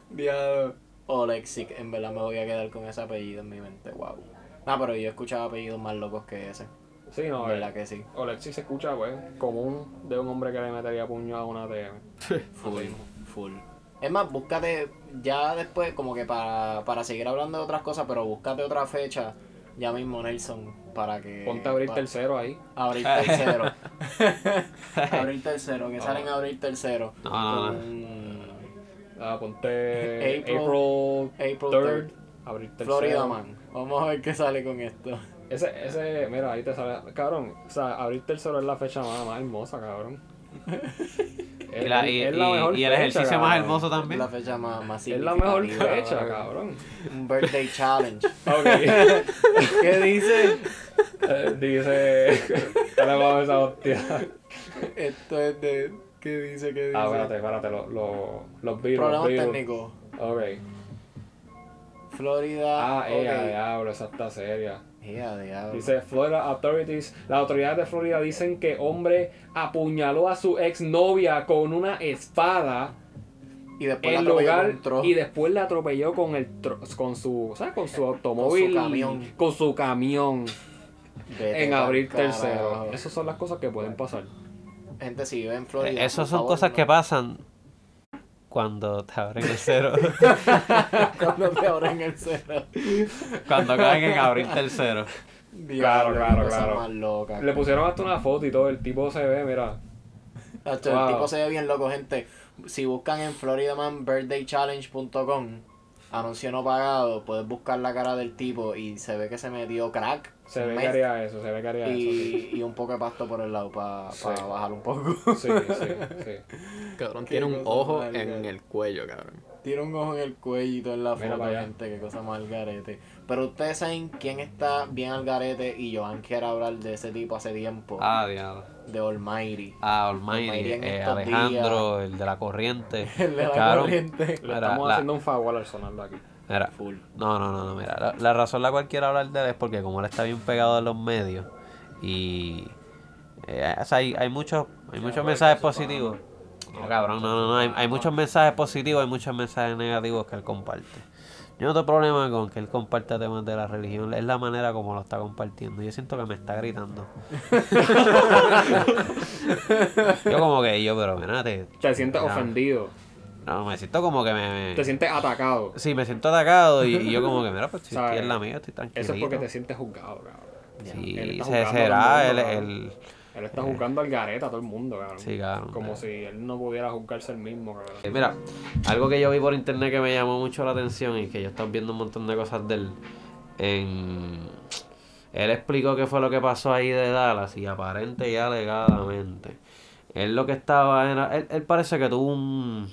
[SPEAKER 3] Diablo. Olexic, en verdad me voy a quedar con ese apellido en mi mente, wow. Ah, pero yo escuchaba apellidos más locos que ese.
[SPEAKER 1] Sí, no,
[SPEAKER 3] ¿Verdad
[SPEAKER 1] eh.
[SPEAKER 3] que sí?
[SPEAKER 1] Olexi se escucha, pues, común de un hombre que le metería puño a una TM.
[SPEAKER 3] Full, full. Es más, búscate ya después, como que para, para seguir hablando de otras cosas, pero búscate otra fecha ya mismo, Nelson, para que.
[SPEAKER 1] Ponte a abrir
[SPEAKER 3] pa-
[SPEAKER 1] tercero ahí.
[SPEAKER 3] Abril tercero. abril tercero, que salen abril tercero.
[SPEAKER 4] No, no, no.
[SPEAKER 3] Con
[SPEAKER 1] Ah, ponte
[SPEAKER 3] April-
[SPEAKER 1] April,
[SPEAKER 3] April
[SPEAKER 1] 3rd,
[SPEAKER 3] 3rd,
[SPEAKER 1] abril tercero.
[SPEAKER 3] Florida Man. Vamos a ver qué sale con esto.
[SPEAKER 1] Ese, ese, mira, ahí te sale. Cabrón, o sea, abrir tercero es la fecha más, más hermosa, cabrón. Es-
[SPEAKER 4] Y, la- y-
[SPEAKER 1] es la
[SPEAKER 4] y-
[SPEAKER 1] mejor
[SPEAKER 4] y el
[SPEAKER 1] fecha,
[SPEAKER 4] ejercicio más
[SPEAKER 1] cabrón.
[SPEAKER 4] hermoso
[SPEAKER 3] Es
[SPEAKER 4] también.
[SPEAKER 3] la fecha más, más
[SPEAKER 1] Es la mejor
[SPEAKER 3] significativa,
[SPEAKER 1] fecha, cabrón.
[SPEAKER 3] Un birthday challenge.
[SPEAKER 1] Ok.
[SPEAKER 3] ¿Qué dice?
[SPEAKER 1] Eh, Dice. Dale vamos a esa hostia.
[SPEAKER 3] Esto es de. ¿Qué dice? ¿Qué dice?
[SPEAKER 1] Ah, espérate, espérate, lo- lo- los virus. Los
[SPEAKER 3] Problemas
[SPEAKER 1] virus.
[SPEAKER 3] técnicos.
[SPEAKER 1] Ok.
[SPEAKER 3] Florida.
[SPEAKER 1] Ah, ella,
[SPEAKER 3] ok.
[SPEAKER 1] diablo, esa está seria.
[SPEAKER 3] Ea, diablo.
[SPEAKER 1] Dice Florida Authorities. Las autoridades de Florida dicen que hombre apuñaló a su exnovia con una espada.
[SPEAKER 3] y después la
[SPEAKER 1] el
[SPEAKER 3] atropelló con
[SPEAKER 1] lugar
[SPEAKER 3] un tro-
[SPEAKER 1] y después la atropelló con el tro- con su ¿sabes? con su automóvil
[SPEAKER 3] camión.
[SPEAKER 1] con su camión
[SPEAKER 3] Vete
[SPEAKER 1] en
[SPEAKER 3] pa'l
[SPEAKER 1] abril
[SPEAKER 3] carajo.
[SPEAKER 1] tercero esas son las cosas que pueden pasar
[SPEAKER 3] Gente, si vive en Florida.
[SPEAKER 4] Eh, Esas
[SPEAKER 3] por
[SPEAKER 4] son
[SPEAKER 3] favor,
[SPEAKER 4] cosas
[SPEAKER 3] no-
[SPEAKER 4] que pasan cuando te abren el cero,
[SPEAKER 3] Cuando te abren el cero.
[SPEAKER 4] cuando caen en abril tercero.
[SPEAKER 3] Diablo,
[SPEAKER 1] claro,
[SPEAKER 3] qué cosa
[SPEAKER 1] claro.
[SPEAKER 3] más loca.
[SPEAKER 1] le pusieron hasta una foto y todo el tipo se ve mira
[SPEAKER 3] Tacho,
[SPEAKER 1] Wow.
[SPEAKER 3] El tipo se ve bien loco, gente. si buscan en floridamanbirthdaychallenge.com, anuncio no pagado, puedes buscar la cara del tipo y se ve que se metió crack.
[SPEAKER 1] Se ve
[SPEAKER 3] meth,
[SPEAKER 1] que haría eso, se ve que haría eso.
[SPEAKER 3] y, y un poco de pasto por el lado para
[SPEAKER 1] Sí.
[SPEAKER 3] bajar un poco.
[SPEAKER 1] Sí, sí, sí.
[SPEAKER 5] Cabrón,
[SPEAKER 3] Qué
[SPEAKER 5] tiene un
[SPEAKER 3] cosa
[SPEAKER 5] ojo
[SPEAKER 3] más
[SPEAKER 5] en
[SPEAKER 3] legal.
[SPEAKER 5] el cuello, cabrón.
[SPEAKER 3] Tira un ojo en el cuello y todo en la
[SPEAKER 1] Mira
[SPEAKER 3] foto,
[SPEAKER 1] para allá.
[SPEAKER 3] gente, qué cosa más al garete. Pero ustedes saben quién está bien al garete y Joan quiere hablar de ese tipo hace tiempo,
[SPEAKER 4] Ah, diablo.
[SPEAKER 3] de Almighty.
[SPEAKER 4] Ah,
[SPEAKER 3] Almighty
[SPEAKER 4] Almighty,
[SPEAKER 3] en
[SPEAKER 4] eh,
[SPEAKER 3] estos
[SPEAKER 4] Alejandro, el de la corriente.
[SPEAKER 3] El de la
[SPEAKER 4] Claro.
[SPEAKER 3] corriente.
[SPEAKER 1] Le
[SPEAKER 4] Mira,
[SPEAKER 1] estamos
[SPEAKER 4] la-
[SPEAKER 1] haciendo un favor al sonarlo aquí.
[SPEAKER 4] Mira,
[SPEAKER 3] Full.
[SPEAKER 4] no, no, no, no, mira. La, la razón la cual quiero hablar de él es porque como él está bien pegado en los medios y... eh, o sea, hay, hay muchos, hay muchos mensajes positivos. No, cabrón, no, no, no. Hay, hay muchos mensajes positivos, hay muchos mensajes negativos que él comparte. Yo no tengo problema con que él comparta temas de la religión. Es la manera como lo está compartiendo. Yo siento que me está gritando. yo como que yo, pero mira, te-
[SPEAKER 1] Te sientes
[SPEAKER 4] mira,
[SPEAKER 1] ofendido,
[SPEAKER 4] No, me siento como que me... me-
[SPEAKER 1] te sientes atacado.
[SPEAKER 4] Sí, me siento atacado y, y yo como que, mira, pues si
[SPEAKER 1] ¿Sabes?
[SPEAKER 4] estoy en la mía, estoy tranquilo.
[SPEAKER 1] Eso es porque te sientes juzgado, cabrón.
[SPEAKER 4] Sí,
[SPEAKER 1] Él está
[SPEAKER 4] se-
[SPEAKER 1] juzgando
[SPEAKER 4] será
[SPEAKER 1] al
[SPEAKER 4] el...
[SPEAKER 1] mundo,
[SPEAKER 4] el-
[SPEAKER 1] Él está jugando al gareta a todo el mundo, cabrón.
[SPEAKER 4] Sí, cabrón.
[SPEAKER 1] Como
[SPEAKER 4] Eh,
[SPEAKER 1] si él no pudiera juzgarse el mismo, cabrón.
[SPEAKER 4] eh, Mira, algo que yo vi por internet que me llamó mucho la atención y que yo estaba viendo un montón de cosas de él. En... Él explicó qué fue lo que pasó ahí de Dallas y aparente y alegadamente. Él lo que estaba era... Él, él parece que tuvo un...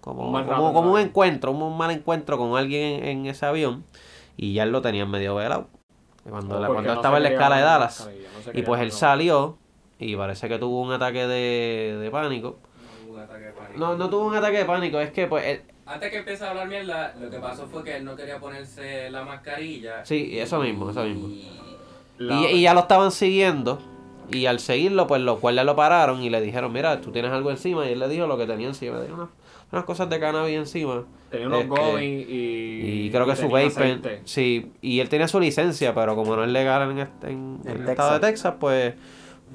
[SPEAKER 4] Como,
[SPEAKER 1] Un mal
[SPEAKER 4] como-
[SPEAKER 1] rato,
[SPEAKER 4] como un
[SPEAKER 1] ¿sabes?
[SPEAKER 4] encuentro, un, mal encuentro con alguien en, en ese avión y ya él lo tenía medio velado. Y Cuando, la-
[SPEAKER 1] Porque
[SPEAKER 4] cuando
[SPEAKER 1] no
[SPEAKER 4] estaba
[SPEAKER 1] se
[SPEAKER 4] en la
[SPEAKER 1] quería
[SPEAKER 4] escala de
[SPEAKER 1] poner
[SPEAKER 4] Dallas.
[SPEAKER 1] mascarilla, no se
[SPEAKER 4] Y
[SPEAKER 1] quería
[SPEAKER 4] pues él
[SPEAKER 1] poner-
[SPEAKER 4] salió y parece que tuvo un ataque de, de pánico.
[SPEAKER 2] Un ataque de pánico.
[SPEAKER 4] No, no tuvo un ataque de pánico, es que pues él-
[SPEAKER 2] Antes que empiece a hablar mierda, lo que pasó fue que él no quería ponerse la mascarilla.
[SPEAKER 4] sí, eso mismo, eso mismo.
[SPEAKER 2] Y
[SPEAKER 1] La-
[SPEAKER 4] Y, y ya lo estaban siguiendo y al seguirlo pues los guardias lo pararon y le dijeron, mira, tú tienes algo encima y él le dijo lo que tenía encima, tenía unas, unas cosas de cannabis encima.
[SPEAKER 1] Tenía unos
[SPEAKER 4] este,
[SPEAKER 1] gummies y.
[SPEAKER 4] Y creo que
[SPEAKER 1] y
[SPEAKER 4] su
[SPEAKER 1] tenía
[SPEAKER 4] vape,
[SPEAKER 1] aceite.
[SPEAKER 4] sí, y él tenía su licencia, pero como no es legal en, este- en-
[SPEAKER 3] En
[SPEAKER 4] en el
[SPEAKER 3] Texas.
[SPEAKER 4] estado de Texas, pues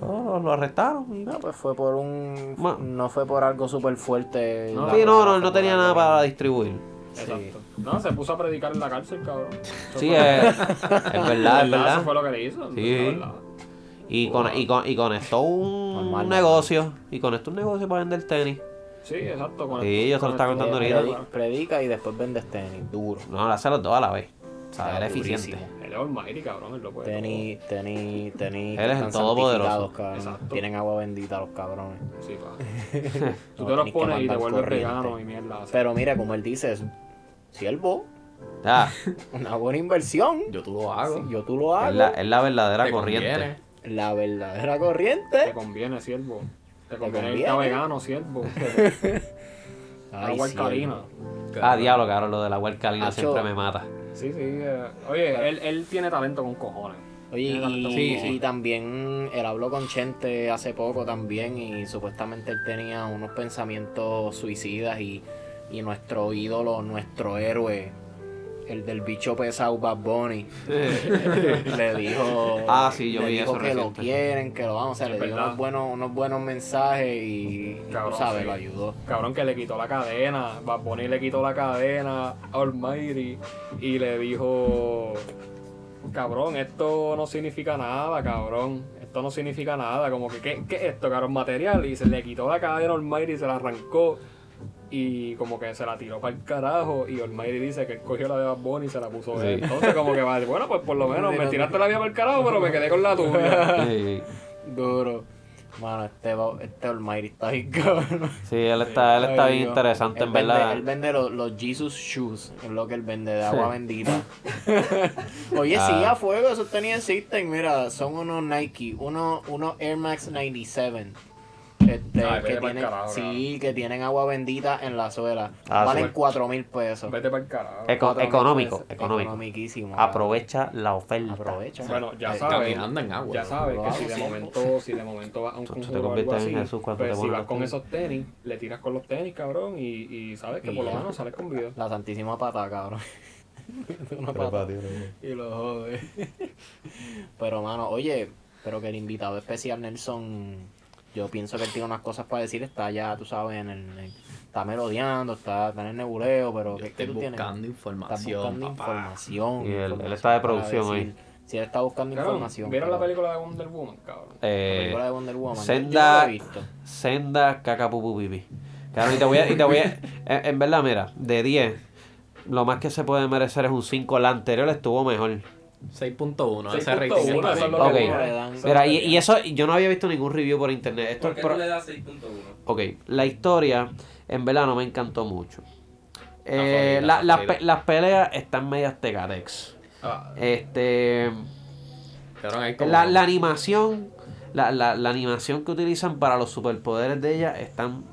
[SPEAKER 4] no, lo, lo arrestaron y
[SPEAKER 3] No, pues fue por un.
[SPEAKER 4] Ma-
[SPEAKER 3] No fue por algo súper fuerte.
[SPEAKER 1] No.
[SPEAKER 4] Sí, no, no, él no tenía nada para distribuir.
[SPEAKER 1] Exacto. No, se puso a predicar en la cárcel, cabrón. Eso
[SPEAKER 4] Sí, eh,
[SPEAKER 1] fue-
[SPEAKER 4] es, es verdad, es
[SPEAKER 1] Eso
[SPEAKER 4] verdad.
[SPEAKER 1] fue lo que le hizo.
[SPEAKER 4] Sí.
[SPEAKER 1] es verdad.
[SPEAKER 4] Y, con, y, con, y conectó un
[SPEAKER 3] Normal,
[SPEAKER 4] negocio. Y conectó un negocio para vender tenis.
[SPEAKER 1] Sí, exacto. con-
[SPEAKER 4] Sí, yo se lo estaba
[SPEAKER 1] con-
[SPEAKER 4] contando
[SPEAKER 1] con-
[SPEAKER 4] ahorita.
[SPEAKER 1] con-
[SPEAKER 3] Predica y después vendes tenis. Duro.
[SPEAKER 4] No, le hace los dos a la vez. O sea,
[SPEAKER 3] Está
[SPEAKER 4] él es eficiente.
[SPEAKER 3] durísimo.
[SPEAKER 1] Él es Almighty, cabrón, él lo puede.
[SPEAKER 3] Tenis, tenis, tenis.
[SPEAKER 4] Él es el
[SPEAKER 3] están
[SPEAKER 4] todopoderoso.
[SPEAKER 3] santificados, cabrón.
[SPEAKER 1] Exacto.
[SPEAKER 3] Tienen agua bendita los cabrones.
[SPEAKER 1] todo. Sí, pa. Tú
[SPEAKER 3] No,
[SPEAKER 1] te los
[SPEAKER 3] tenés que
[SPEAKER 1] pones y te
[SPEAKER 3] mandar
[SPEAKER 1] vuelves
[SPEAKER 3] corriente.
[SPEAKER 1] vegano y mierda. así.
[SPEAKER 3] Pero mira, como él dice, es siervo,
[SPEAKER 4] Ah,
[SPEAKER 3] una buena inversión.
[SPEAKER 5] Yo tú lo hago.
[SPEAKER 3] Yo tú lo
[SPEAKER 4] es, la,
[SPEAKER 3] hago.
[SPEAKER 4] es la verdadera
[SPEAKER 5] Te
[SPEAKER 4] corriente.
[SPEAKER 5] conviene.
[SPEAKER 3] La verdadera
[SPEAKER 1] Te
[SPEAKER 3] corriente.
[SPEAKER 1] conviene, siervo. Te conviene irte
[SPEAKER 3] conviene.
[SPEAKER 1] a vegano, siervo.
[SPEAKER 3] Ay,
[SPEAKER 1] Agua
[SPEAKER 3] sí.
[SPEAKER 1] alcalina.
[SPEAKER 4] Ah, diablo, cabrón, lo de la alcalina
[SPEAKER 3] Acho.
[SPEAKER 4] siempre me mata.
[SPEAKER 1] Sí, sí. eh, Oye, él, él tiene talento con cojones.
[SPEAKER 3] Oye, y,
[SPEAKER 1] Sí,
[SPEAKER 3] y
[SPEAKER 1] sí.
[SPEAKER 3] también él habló con Chente hace poco también y supuestamente él tenía unos pensamientos suicidas y, y nuestro ídolo, nuestro héroe, el del bicho pesado Bad Bunny, le dijo,
[SPEAKER 4] Ah, sí, yo
[SPEAKER 3] le
[SPEAKER 4] vi
[SPEAKER 3] dijo
[SPEAKER 4] eso
[SPEAKER 3] que lo
[SPEAKER 4] reciente.
[SPEAKER 3] quieren, que lo vamos, o sea,
[SPEAKER 1] Es
[SPEAKER 3] le dio
[SPEAKER 1] verdad.
[SPEAKER 3] unos buenos, unos buenos mensajes y, y
[SPEAKER 1] Cabrón,
[SPEAKER 3] tú sabes,
[SPEAKER 1] sí.
[SPEAKER 3] lo ayudó.
[SPEAKER 1] Cabrón que le quitó la cadena, Bad Bunny le quitó la cadena a Almighty y le dijo, cabrón, esto no significa nada, cabrón, esto no significa nada, como que, ¿qué, qué es esto, cabrón? Material, y se le quitó la cadena a Almighty y se la arrancó y como que se la tiró para el carajo y Almighty dice que él cogió la de Bad Bunny y se la puso él.
[SPEAKER 4] Sí.
[SPEAKER 1] Entonces como que vale, bueno, pues por lo menos me tiraste la vida para el carajo, pero me quedé con la tuya.
[SPEAKER 4] Sí,
[SPEAKER 3] Duro. Mano, este, va- este Almighty está bien cabrón.
[SPEAKER 4] sí, él está, él está
[SPEAKER 3] Ay,
[SPEAKER 4] bien
[SPEAKER 3] Dios.
[SPEAKER 4] interesante,
[SPEAKER 3] Él
[SPEAKER 4] en
[SPEAKER 3] vende-
[SPEAKER 4] verdad.
[SPEAKER 3] Él vende los, los Jesus Shoes, es lo que él vende de agua bendita. Oye, sí,
[SPEAKER 4] Ah.
[SPEAKER 3] a fuego, esos tenis existen. Mira, son unos Nike, unos unos Air Max 97. Este,
[SPEAKER 1] Ay,
[SPEAKER 3] que
[SPEAKER 1] vete pa'l
[SPEAKER 3] tienen,
[SPEAKER 1] carajo,
[SPEAKER 3] sí, que tienen agua bendita en la suela.
[SPEAKER 4] Ah,
[SPEAKER 3] Valen
[SPEAKER 4] sí.
[SPEAKER 3] 4 mil pesos.
[SPEAKER 1] Vete para el carajo.
[SPEAKER 4] Eco-
[SPEAKER 3] Cuatro mil
[SPEAKER 4] económico,
[SPEAKER 3] pesos.
[SPEAKER 4] económico.
[SPEAKER 3] Economiquísimo. cabrón.
[SPEAKER 4] Aprovecha la oferta.
[SPEAKER 3] Aprovecha.
[SPEAKER 1] Bueno, ya
[SPEAKER 3] Eh,
[SPEAKER 1] sabes.
[SPEAKER 5] Caminando en agua.
[SPEAKER 1] Ya sabes que
[SPEAKER 3] Wow,
[SPEAKER 1] si de
[SPEAKER 3] sí.
[SPEAKER 1] momento, si de momento vas a un
[SPEAKER 4] Tú- tú te
[SPEAKER 1] conjuro o algo
[SPEAKER 4] conviertes
[SPEAKER 1] así,
[SPEAKER 4] en Jesús cuando te
[SPEAKER 1] pues si
[SPEAKER 4] pones
[SPEAKER 1] vas
[SPEAKER 4] los
[SPEAKER 1] con
[SPEAKER 4] tenis.
[SPEAKER 1] esos tenis, le tiras con los tenis, cabrón, y, y sabes que
[SPEAKER 3] Y
[SPEAKER 1] por lo
[SPEAKER 3] ya.
[SPEAKER 1] menos sales con vida.
[SPEAKER 3] La santísima pata, cabrón. Una pata. Y lo jode. pero, mano, oye, pero que el invitado especial Nelson, yo pienso que él tiene unas cosas para decir. Está ya, tú sabes, en el, en- está melodeando, está, está en el nebuleo, pero
[SPEAKER 5] Yo
[SPEAKER 3] ¿qué,
[SPEAKER 5] estoy
[SPEAKER 3] qué tú tienes?
[SPEAKER 5] buscando
[SPEAKER 3] Estás
[SPEAKER 5] información,
[SPEAKER 3] buscando
[SPEAKER 5] papá.
[SPEAKER 3] información.
[SPEAKER 4] Y él- él
[SPEAKER 3] información
[SPEAKER 4] está de
[SPEAKER 3] para
[SPEAKER 4] producción
[SPEAKER 3] decir. Sí, él está buscando
[SPEAKER 1] Cabrón,
[SPEAKER 3] información.
[SPEAKER 1] ¿Vieron
[SPEAKER 3] pero
[SPEAKER 1] la película de Wonder Woman, cabrón?
[SPEAKER 3] La
[SPEAKER 4] Eh,
[SPEAKER 3] película de Wonder Woman. Yo- yo no la
[SPEAKER 4] Senda-
[SPEAKER 3] he visto.
[SPEAKER 4] Senda cacapupupipi. Cabrón, y te voy a. y te voy a- en, en verdad, mira, de 10, lo más que se puede merecer es un 5. La anterior estuvo mejor.
[SPEAKER 5] 6.1, ese
[SPEAKER 2] 6.1,
[SPEAKER 5] rating está
[SPEAKER 1] eso es
[SPEAKER 5] bien.
[SPEAKER 1] lo que
[SPEAKER 4] Ok.
[SPEAKER 1] digo.
[SPEAKER 3] Le dan-
[SPEAKER 4] Mira, y, y eso yo no había visto ningún review por internet. Esto
[SPEAKER 2] ¿Por
[SPEAKER 4] es
[SPEAKER 2] qué
[SPEAKER 4] pro-
[SPEAKER 2] tú le das 6.1?
[SPEAKER 4] Ok, la historia en verdad no me encantó mucho. Eh,
[SPEAKER 5] Está
[SPEAKER 4] la-
[SPEAKER 5] jodida,
[SPEAKER 4] las,
[SPEAKER 5] jodida.
[SPEAKER 4] pe- las peleas están medias tecatex.
[SPEAKER 5] Ah,
[SPEAKER 4] Este,
[SPEAKER 5] cabrón, hay como-
[SPEAKER 4] la, la animación, la, la- la animación que utilizan para los superpoderes de ella están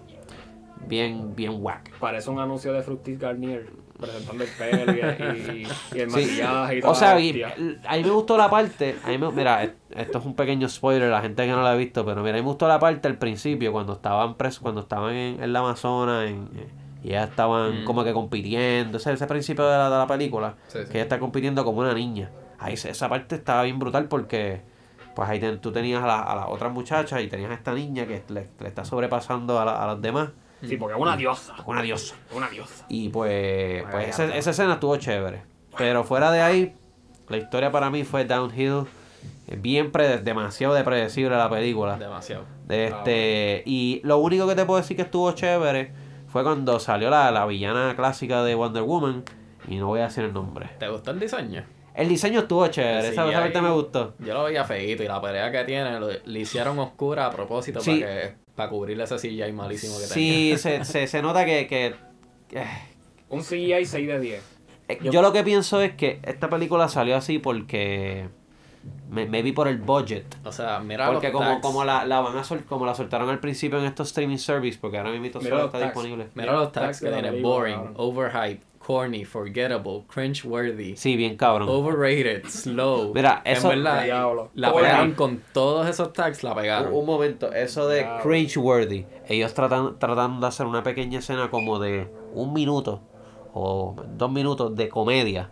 [SPEAKER 4] bien, bien whack.
[SPEAKER 1] Parece un anuncio de Fructis Garnier presentando el pelo y, y- y el maquillaje y todo.
[SPEAKER 4] O sea, y- a mí me gustó la parte. A mí me- mira, e- esto es un pequeño spoiler, la gente que no la ha visto, pero mira, a mí me gustó la parte al principio, cuando estaban pres- cuando estaban en, en la Amazonas, en- eh, y ya estaban
[SPEAKER 5] Mm.
[SPEAKER 4] como que compitiendo. Ese, ese principio de la, de la película,
[SPEAKER 5] Sí, sí.
[SPEAKER 4] que ella está compitiendo como una niña. Ahí se- esa parte estaba bien brutal porque pues ahí ten- tú tenías a la, a la otra muchacha y tenías a esta niña que le, le está sobrepasando a, la- a las demás.
[SPEAKER 1] Sí, porque es una diosa.
[SPEAKER 4] Una diosa.
[SPEAKER 1] Una diosa.
[SPEAKER 4] Y pues,
[SPEAKER 1] Bueno,
[SPEAKER 4] pues
[SPEAKER 1] ya
[SPEAKER 4] ese-
[SPEAKER 1] está.
[SPEAKER 4] esa escena estuvo chévere. Pero fuera de ahí, la historia para mí fue downhill. eh, Bien prede- demasiado de predecible la película.
[SPEAKER 5] Demasiado.
[SPEAKER 1] Ah,
[SPEAKER 4] Este, y lo único que te puedo decir que estuvo chévere fue cuando salió la, la villana clásica de Wonder Woman. Y no voy a decir el nombre.
[SPEAKER 5] ¿Te gustó el diseño?
[SPEAKER 4] El diseño estuvo chévere.
[SPEAKER 5] El
[SPEAKER 4] esa esa
[SPEAKER 5] CGI.
[SPEAKER 4] parte me gustó.
[SPEAKER 5] Yo lo veía feíto y la pelea que tiene lo- le hicieron oscura a propósito
[SPEAKER 4] Sí.
[SPEAKER 5] para, que, para cubrirle ese CGI malísimo que tenía.
[SPEAKER 4] Sí, se, se, se nota que, que- que
[SPEAKER 1] Un CGI 6 de 10.
[SPEAKER 4] Eh, Yo lo que pienso es que esta película salió así porque me, me vi por el budget.
[SPEAKER 5] O sea, mira
[SPEAKER 4] Porque
[SPEAKER 5] los
[SPEAKER 4] como,
[SPEAKER 5] tags.
[SPEAKER 4] como la, la van a sol- como la soltaron al principio en estos streaming service, porque ahora mismo
[SPEAKER 1] Mira
[SPEAKER 4] solo
[SPEAKER 1] los
[SPEAKER 4] está
[SPEAKER 1] tags.
[SPEAKER 4] disponible.
[SPEAKER 5] Mira los tags que
[SPEAKER 1] Tags de la
[SPEAKER 5] tiene.
[SPEAKER 1] película,
[SPEAKER 5] Boring,
[SPEAKER 1] cabrón.
[SPEAKER 5] overhyped, corny, forgettable, cringe-worthy,
[SPEAKER 4] Sí, bien
[SPEAKER 1] Oh,
[SPEAKER 4] cabrón.
[SPEAKER 5] overrated, slow.
[SPEAKER 4] Mira, eso-
[SPEAKER 5] En verdad,
[SPEAKER 1] Diablo.
[SPEAKER 5] la
[SPEAKER 4] Oye,
[SPEAKER 5] pegaron
[SPEAKER 4] ahí.
[SPEAKER 5] con todos esos tags, la
[SPEAKER 4] Un,
[SPEAKER 5] pegaron.
[SPEAKER 4] un momento, eso de
[SPEAKER 1] Wow.
[SPEAKER 4] cringe-worthy. Ellos tratan, tratando de hacer una pequeña escena como de un minuto o dos minutos de comedia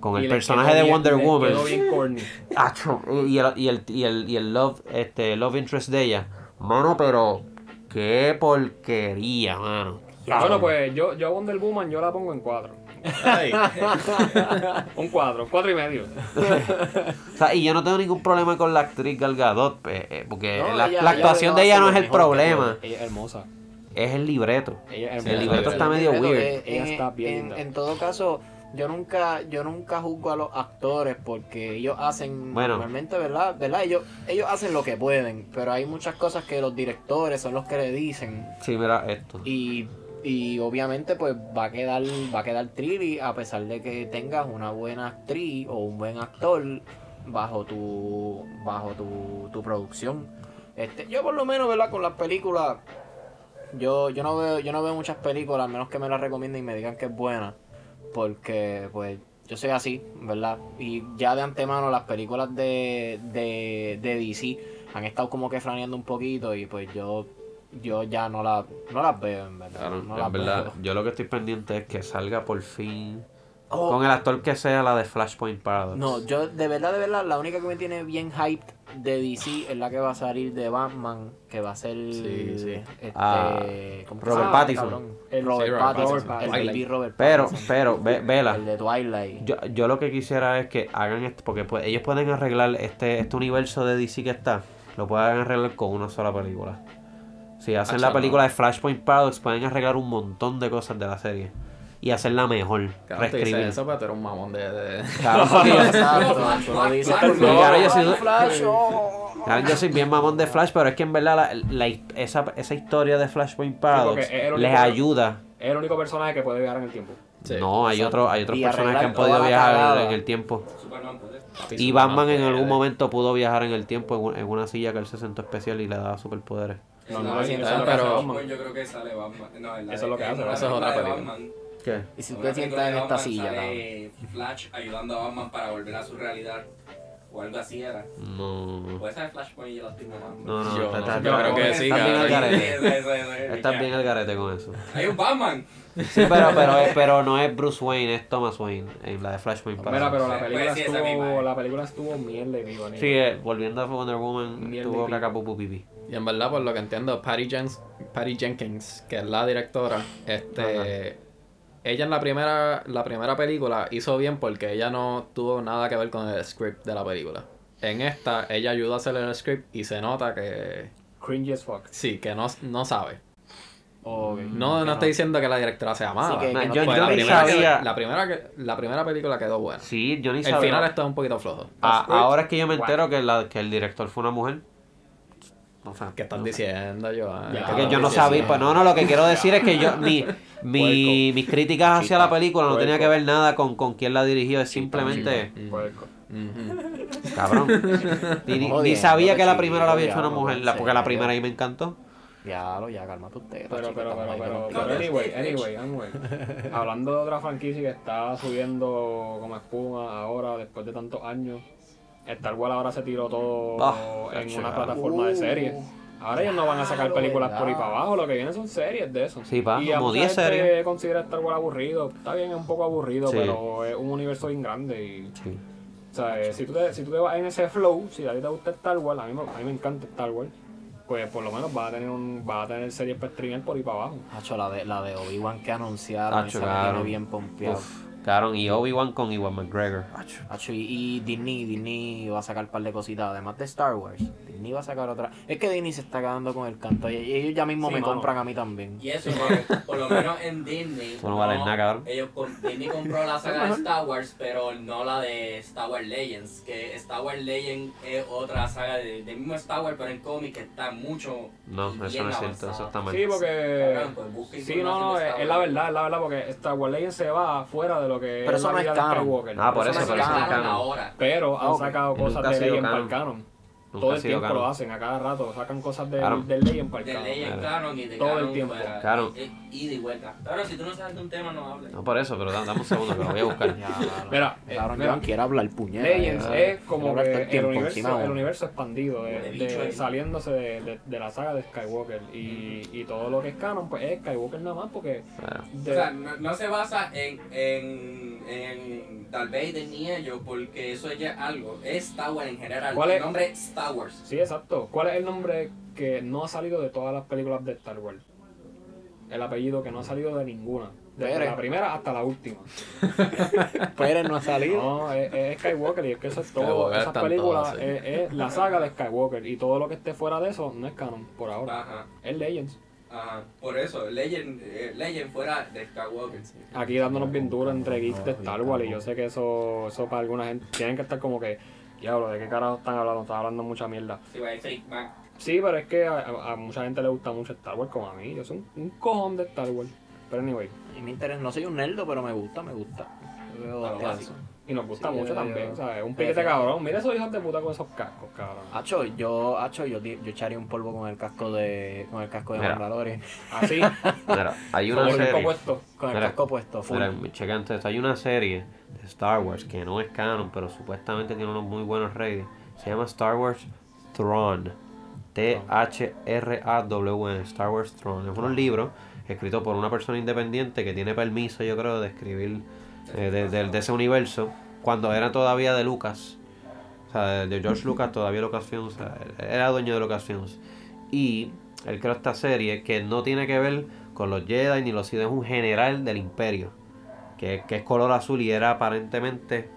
[SPEAKER 4] con el personaje de Wonder Woman.
[SPEAKER 1] Quedó bien corny.
[SPEAKER 4] Acho, y el, y el, y el, y el love, este, love interest de ella. Mano, pero qué porquería, mano.
[SPEAKER 1] Bueno, pues yo, yo a Wonder Woman yo la pongo en 4.
[SPEAKER 5] Ay,
[SPEAKER 1] Un 4, 4 y medio.
[SPEAKER 4] O sea, y yo no tengo ningún problema con la actriz Gal Gadot, eh, eh, porque
[SPEAKER 3] No,
[SPEAKER 4] la,
[SPEAKER 3] ella- ella
[SPEAKER 4] la actuación
[SPEAKER 3] lo
[SPEAKER 4] de ella
[SPEAKER 3] hace
[SPEAKER 4] no
[SPEAKER 3] lo
[SPEAKER 4] es el
[SPEAKER 3] mejor que
[SPEAKER 4] problema,
[SPEAKER 1] Ella es hermosa.
[SPEAKER 4] es el libreto.
[SPEAKER 1] Ella es
[SPEAKER 4] Ah. Sí, el
[SPEAKER 1] hermosa.
[SPEAKER 4] libreto está medio
[SPEAKER 3] Pero,
[SPEAKER 4] weird.
[SPEAKER 3] eh,
[SPEAKER 1] Ella
[SPEAKER 3] en-
[SPEAKER 1] está bien
[SPEAKER 3] en-
[SPEAKER 1] linda.
[SPEAKER 3] En todo caso, yo nunca, yo nunca juzgo a los actores porque ellos hacen
[SPEAKER 4] Bueno.
[SPEAKER 3] normalmente, ¿verdad? ¿verdad? Ellos, ellos hacen lo que pueden, pero hay muchas cosas que los directores son los que le dicen.
[SPEAKER 4] Sí, mira esto.
[SPEAKER 3] Y, y obviamente pues va a quedar, va a quedar trilly a pesar de que tengas una buena actriz o un buen actor bajo tu bajo tu, tu producción. Este, yo por lo menos, ¿verdad? Con las películas. Yo, yo no veo, yo no veo muchas películas, a menos que me las recomienden y me digan que es buena. Porque pues yo soy así, ¿verdad? Y ya de antemano las películas de, de, de DC han estado como que franeando un poquito y pues yo yo ya no, la, no las veo, en verdad.
[SPEAKER 4] Claro,
[SPEAKER 3] no
[SPEAKER 4] en
[SPEAKER 3] las
[SPEAKER 4] verdad,
[SPEAKER 3] veo.
[SPEAKER 4] yo lo que estoy pendiente es que salga por fin
[SPEAKER 3] Oh,
[SPEAKER 4] con el actor que sea la de Flashpoint Paradox.
[SPEAKER 3] No, yo de verdad, de verdad, la única que me tiene bien hyped de DC es la que va a salir de Batman, que va a ser
[SPEAKER 5] Sí, sí.
[SPEAKER 3] Este,
[SPEAKER 4] Ah,
[SPEAKER 3] ¿cómo que
[SPEAKER 4] Robert
[SPEAKER 3] se llama,
[SPEAKER 4] Pattinson.
[SPEAKER 3] cabrón?
[SPEAKER 1] El-
[SPEAKER 3] Robert
[SPEAKER 5] Sí, Robert
[SPEAKER 3] Pattinson,
[SPEAKER 5] Pattinson,
[SPEAKER 3] el
[SPEAKER 5] Twilight.
[SPEAKER 3] baby Robert
[SPEAKER 4] Pero,
[SPEAKER 3] Pattinson,
[SPEAKER 4] pero, ve- vela.
[SPEAKER 3] el de Twilight.
[SPEAKER 4] Yo, yo lo que quisiera es que hagan esto, porque pues, ellos pueden arreglar este, este universo de DC que está, lo pueden arreglar con una sola película. Si hacen
[SPEAKER 5] Ah,
[SPEAKER 4] la
[SPEAKER 5] chamo.
[SPEAKER 4] película de Flashpoint Paradox, pueden arreglar un montón de cosas de la serie y hacerla mejor,
[SPEAKER 5] cabrón, tú dices
[SPEAKER 4] reescribir.
[SPEAKER 5] eso, pero tú eres un mamón de... de-
[SPEAKER 4] Cabrón, porque yo-
[SPEAKER 3] Exacto, tú lo dices por mí.
[SPEAKER 4] No, ahora yo soy-
[SPEAKER 3] Flash, oh.
[SPEAKER 4] cabrón, yo soy bien mamón de Flash, pero es que en verdad la- la his- esa, esa historia de Flashpoint Paradox
[SPEAKER 1] porque era un
[SPEAKER 4] les
[SPEAKER 1] libro-
[SPEAKER 4] ayuda.
[SPEAKER 1] Es el único personaje que puede viajar en el tiempo.
[SPEAKER 5] Sí.
[SPEAKER 4] no, hay, otro, hay otros
[SPEAKER 3] Y
[SPEAKER 4] personajes que
[SPEAKER 3] arreglar
[SPEAKER 4] han podido
[SPEAKER 3] toda la
[SPEAKER 4] viajar
[SPEAKER 3] cagada.
[SPEAKER 4] en el tiempo.
[SPEAKER 2] Superman pues. puede.
[SPEAKER 5] Papi,
[SPEAKER 4] Y
[SPEAKER 5] Superman
[SPEAKER 4] Batman en
[SPEAKER 5] puede.
[SPEAKER 4] algún momento pudo viajar en el tiempo en, un- en una silla que él se sentó especial y le daba superpoderes.
[SPEAKER 3] No,
[SPEAKER 2] Esa-
[SPEAKER 3] no me siento
[SPEAKER 2] esa
[SPEAKER 5] mal,
[SPEAKER 2] es la
[SPEAKER 5] pero-
[SPEAKER 2] que hace Batman, Yo creo que sale Batman. No, la
[SPEAKER 1] Eso es lo que
[SPEAKER 2] de-
[SPEAKER 1] hace,
[SPEAKER 2] la
[SPEAKER 5] eso es otra
[SPEAKER 2] de
[SPEAKER 5] película.
[SPEAKER 2] Batman.
[SPEAKER 4] ¿Qué?
[SPEAKER 3] Y si
[SPEAKER 2] En
[SPEAKER 3] tú
[SPEAKER 2] una
[SPEAKER 3] te sientas en
[SPEAKER 2] película de
[SPEAKER 3] esta
[SPEAKER 2] Batman
[SPEAKER 3] silla, cabrón.
[SPEAKER 2] sale Flash ayudando a Batman para volver a su realidad. O algo así era.
[SPEAKER 4] No.
[SPEAKER 2] Puede ser Flashpoint y yo lo estoy mamando.
[SPEAKER 4] No, no,
[SPEAKER 5] Yo
[SPEAKER 4] está-
[SPEAKER 5] no,
[SPEAKER 4] está-
[SPEAKER 5] yo creo que
[SPEAKER 4] está
[SPEAKER 5] sí,
[SPEAKER 4] bien
[SPEAKER 5] cabrón.
[SPEAKER 4] al garete.
[SPEAKER 2] Eso, eso, eso.
[SPEAKER 4] Estás bien al garete con eso.
[SPEAKER 2] Hay un Batman.
[SPEAKER 4] Sí, pero, pero, es- pero no es Bruce Wayne, es Thomas Wayne en la de Flashpoint
[SPEAKER 1] Mira, pero
[SPEAKER 4] Paradox.
[SPEAKER 1] la
[SPEAKER 2] Pues
[SPEAKER 1] película
[SPEAKER 2] sí, esa misma,
[SPEAKER 1] estuvo.
[SPEAKER 2] eh.
[SPEAKER 1] La película estuvo miel de viva,
[SPEAKER 4] Sí, eh, volviendo a Wonder Woman,
[SPEAKER 1] Mierda y
[SPEAKER 4] tuvo
[SPEAKER 1] pico.
[SPEAKER 4] cacapupu pipí.
[SPEAKER 5] Y en verdad, por lo que entiendo, Patty, Jens- Patty Jenkins, que es la directora, este, ella en la primera, la primera película hizo bien porque ella no tuvo nada que ver con el script de la película. En esta, ella ayudó a hacer el script y se nota que
[SPEAKER 1] Cringe as fuck.
[SPEAKER 5] sí, que no, no sabe.
[SPEAKER 3] Ok.
[SPEAKER 1] Mm,
[SPEAKER 5] No, no estoy diciendo que la directora sea mala.
[SPEAKER 7] Sí, que-
[SPEAKER 4] Nah,
[SPEAKER 7] no
[SPEAKER 4] Ah, yo,
[SPEAKER 5] Pues
[SPEAKER 4] yo
[SPEAKER 5] la,
[SPEAKER 4] ni
[SPEAKER 5] primera que-
[SPEAKER 4] sabía.
[SPEAKER 5] la, primera que- la primera película quedó buena.
[SPEAKER 4] Sí, yo ni
[SPEAKER 5] el
[SPEAKER 4] sabía.
[SPEAKER 5] final está un poquito flojo.
[SPEAKER 4] Ah, ahora es que yo me entero que, la, que el director fue una mujer. O sea,
[SPEAKER 5] ¿Qué estás
[SPEAKER 4] no.
[SPEAKER 5] diciendo, Joan?
[SPEAKER 3] Ya,
[SPEAKER 4] Es
[SPEAKER 5] ¿Qué
[SPEAKER 4] que yo
[SPEAKER 5] estás
[SPEAKER 4] no sabía,
[SPEAKER 5] diciendo?
[SPEAKER 4] pues no, no, lo que quiero decir es que yo, mi, mi- mis críticas hacia la película no tenía que ver nada con, con quién la dirigió, es simplemente,
[SPEAKER 1] Pues,
[SPEAKER 5] Ujú.
[SPEAKER 4] cabrón, ni, ni-
[SPEAKER 7] Joder,
[SPEAKER 4] ni sabía
[SPEAKER 7] no
[SPEAKER 4] que
[SPEAKER 7] te
[SPEAKER 4] la primera la había hecho una
[SPEAKER 7] chilles,
[SPEAKER 4] mujer,
[SPEAKER 7] diablo,
[SPEAKER 4] la- porque la
[SPEAKER 7] en serio.
[SPEAKER 4] primera ahí me encantó.
[SPEAKER 7] Ya, lo, ya, cálmate usted. esta
[SPEAKER 1] Pero,
[SPEAKER 7] chica
[SPEAKER 1] pero,
[SPEAKER 7] está
[SPEAKER 1] pero,
[SPEAKER 7] mal
[SPEAKER 1] pero,
[SPEAKER 7] contigo.
[SPEAKER 1] pero, anyway, anyway, anyway. Hablando de otra franquicia que está subiendo como espuma ahora, después de tantos años, Star Wars ahora se tiró todo
[SPEAKER 4] Ah,
[SPEAKER 1] en
[SPEAKER 4] cacho,
[SPEAKER 1] una
[SPEAKER 4] cabrón.
[SPEAKER 1] plataforma de series. Ahora ellos no van a sacar
[SPEAKER 7] claro,
[SPEAKER 1] películas
[SPEAKER 7] verdad.
[SPEAKER 1] por ahí para abajo, lo que viene son series de eso.
[SPEAKER 4] Sí, pa,
[SPEAKER 1] y a
[SPEAKER 4] como
[SPEAKER 1] mucha
[SPEAKER 4] 10
[SPEAKER 1] gente
[SPEAKER 4] series.
[SPEAKER 1] considera Star Wars aburrido. Está bien, es un poco aburrido,
[SPEAKER 4] Sí.
[SPEAKER 1] pero es un universo bien grande y...
[SPEAKER 4] Sí.
[SPEAKER 1] O sea, eh, si tú, te, si tú te vas en ese flow, si a ti te gusta Star Wars, a mí, me- a mí me encanta Star Wars, pues por lo menos vas a tener, un, vas a tener series para streamear por ahí para abajo.
[SPEAKER 7] Hacho, la de, la de Obi-Wan que anunciaron, esa
[SPEAKER 4] Hacho,
[SPEAKER 7] me
[SPEAKER 4] claro.
[SPEAKER 7] tiene bien pompeado.
[SPEAKER 4] Cabrón, y Obi-Wan con Iwan McGregor. Acho.
[SPEAKER 7] Hacho, y, y Disney, Disney va a sacar un par de cositas, además de Star Wars. Disney va a sacar otra. Es que Disney se está quedando con el canto y y ellos ya mismo
[SPEAKER 3] Sí,
[SPEAKER 7] me
[SPEAKER 3] mano.
[SPEAKER 7] compran a mí también.
[SPEAKER 2] Y eso, que por lo menos en Disney.
[SPEAKER 4] Tú no vales nada, cabrón.
[SPEAKER 2] Ellos con, Disney compró la saga de Star Wars, pero no la de Star Wars Legends. Que Star Wars Legends es otra saga de- del mismo Star Wars, pero en cómic que está mucho. y
[SPEAKER 4] No,
[SPEAKER 2] bien
[SPEAKER 4] eso no es cierto,
[SPEAKER 2] avanzada.
[SPEAKER 4] eso está mal.
[SPEAKER 1] Sí, porque...
[SPEAKER 2] Cabrón, pues busca
[SPEAKER 1] Eh, Sí, no, no,
[SPEAKER 2] información de
[SPEAKER 1] es,
[SPEAKER 2] Star
[SPEAKER 1] es la
[SPEAKER 2] Wars.
[SPEAKER 1] verdad, es la verdad, porque Star Wars Legends se va fuera de lo que
[SPEAKER 7] Pero eso
[SPEAKER 1] la
[SPEAKER 7] no es
[SPEAKER 1] vida de
[SPEAKER 7] canon.
[SPEAKER 1] Skywalker.
[SPEAKER 4] Ah, por eso,
[SPEAKER 2] Eso
[SPEAKER 4] por eso
[SPEAKER 2] sacaron
[SPEAKER 4] es canon.
[SPEAKER 2] ahora.
[SPEAKER 1] Pero han
[SPEAKER 7] Ah, ok.
[SPEAKER 1] sacado
[SPEAKER 4] Nunca ha
[SPEAKER 1] cosas de
[SPEAKER 4] sido
[SPEAKER 1] Legends para el
[SPEAKER 4] canon.
[SPEAKER 1] canon.
[SPEAKER 4] Nunca
[SPEAKER 1] Todo
[SPEAKER 4] ha
[SPEAKER 1] el
[SPEAKER 4] sido
[SPEAKER 1] tiempo
[SPEAKER 4] canon.
[SPEAKER 1] lo hacen, a cada rato, sacan cosas de,
[SPEAKER 4] Canon.
[SPEAKER 1] del Legend para el
[SPEAKER 2] De
[SPEAKER 1] canon.
[SPEAKER 2] ley en
[SPEAKER 4] Claro.
[SPEAKER 2] canon y de
[SPEAKER 1] Todo el
[SPEAKER 2] canon
[SPEAKER 1] tiempo.
[SPEAKER 2] fuera.
[SPEAKER 4] Claro.
[SPEAKER 2] Eh, eh, Ida y vuelta. Claro, si tú no sabes de un tema, no hables.
[SPEAKER 4] No por eso, pero da- dame un segundo que lo voy a buscar.
[SPEAKER 7] Ya, claro.
[SPEAKER 1] Mira, eh,
[SPEAKER 7] Cabrón,
[SPEAKER 1] mira,
[SPEAKER 7] John quiere hablar puñeta.
[SPEAKER 1] Legends
[SPEAKER 7] ya.
[SPEAKER 1] es
[SPEAKER 7] Quiere
[SPEAKER 1] como
[SPEAKER 7] hablar
[SPEAKER 1] que
[SPEAKER 7] todo
[SPEAKER 1] el,
[SPEAKER 7] tiempo,
[SPEAKER 1] universo,
[SPEAKER 7] encima,
[SPEAKER 1] el universo expandido, de-
[SPEAKER 2] Huele
[SPEAKER 1] de-
[SPEAKER 2] bicho, eh.
[SPEAKER 1] saliéndose de, de- de la saga de Skywalker. Y, y todo lo que es canon, pues es Skywalker nada más, porque...
[SPEAKER 4] Bueno,
[SPEAKER 1] de-
[SPEAKER 2] O sea, no, no se basa en, en, en Darth Vader ni ellos, porque eso ya es algo. Es Star Wars en general.
[SPEAKER 1] ¿Cuál es?
[SPEAKER 2] El nombre es Star Wars.
[SPEAKER 1] Sí, exacto. ¿Cuál es el nombre que no ha salido de todas las películas de Star Wars? El apellido que no ha salido de ninguna. Desde
[SPEAKER 7] Pérez.
[SPEAKER 1] la primera hasta la última.
[SPEAKER 7] Pérez no ha salido.
[SPEAKER 1] No, es, es Skywalker y es que eso es todo.
[SPEAKER 5] Skywalker
[SPEAKER 1] Esas
[SPEAKER 5] están
[SPEAKER 1] películas
[SPEAKER 5] todas, sí.
[SPEAKER 1] es, es la saga de Skywalker y todo lo que esté fuera de eso no es canon por ahora.
[SPEAKER 2] Ajá,
[SPEAKER 1] Es Legends.
[SPEAKER 2] ajá. Por eso, Legend, eh, Legend fuera de Skywalker.
[SPEAKER 1] Aquí dándonos bien duro entre geeks de Star Wars y yo sé que eso, eso para alguna gente tienen que estar como que, diablo, ¿de qué carajo están hablando? Están hablando mucha mierda.
[SPEAKER 2] Si va a decir Mac.
[SPEAKER 1] Sí, pero es que a, a- a mucha gente le gusta mucho Star Wars, como a mí. Yo soy un, un cojón de Star Wars. Pero anyway,
[SPEAKER 7] Y me interesa, no soy un nerdo, pero me gusta, me gusta. Yo veo
[SPEAKER 2] Claro,
[SPEAKER 7] bastante
[SPEAKER 2] básico.
[SPEAKER 7] eso.
[SPEAKER 1] y nos gusta
[SPEAKER 7] Sí,
[SPEAKER 1] mucho
[SPEAKER 7] yo-
[SPEAKER 1] también,
[SPEAKER 7] yo-
[SPEAKER 1] ¿sabes? Un piquete cabrón. Mira esos hijos de puta con esos cascos, cabrón.
[SPEAKER 7] Hacho, yo, hacho, yo, ti- yo echaría un polvo con el casco de, con el casco de
[SPEAKER 4] Mira.
[SPEAKER 7] Mandalorian,
[SPEAKER 1] Así,
[SPEAKER 4] mira, hay
[SPEAKER 1] como
[SPEAKER 4] una
[SPEAKER 1] el
[SPEAKER 4] serie.
[SPEAKER 1] compuesto.
[SPEAKER 7] con el
[SPEAKER 4] Mira.
[SPEAKER 7] casco puesto, full.
[SPEAKER 4] Mira, checa antes esto. Hay una serie de Star Wars que no es canon, pero supuestamente tiene unos muy buenos ratings. Se llama Star Wars Throne. T-H-R-A-W-N. Star Wars Throne. Es un libro escrito por una persona independiente que tiene permiso, yo creo, de escribir eh, de, de- de ese universo cuando era todavía de Lucas. O sea, de, de George Lucas, todavía Lucasfilm. o sea, era dueño de Lucasfilms. Y él creó esta serie que no tiene que ver con los Jedi ni los Sith. Es un general del imperio. Que, que es color azul y era aparentemente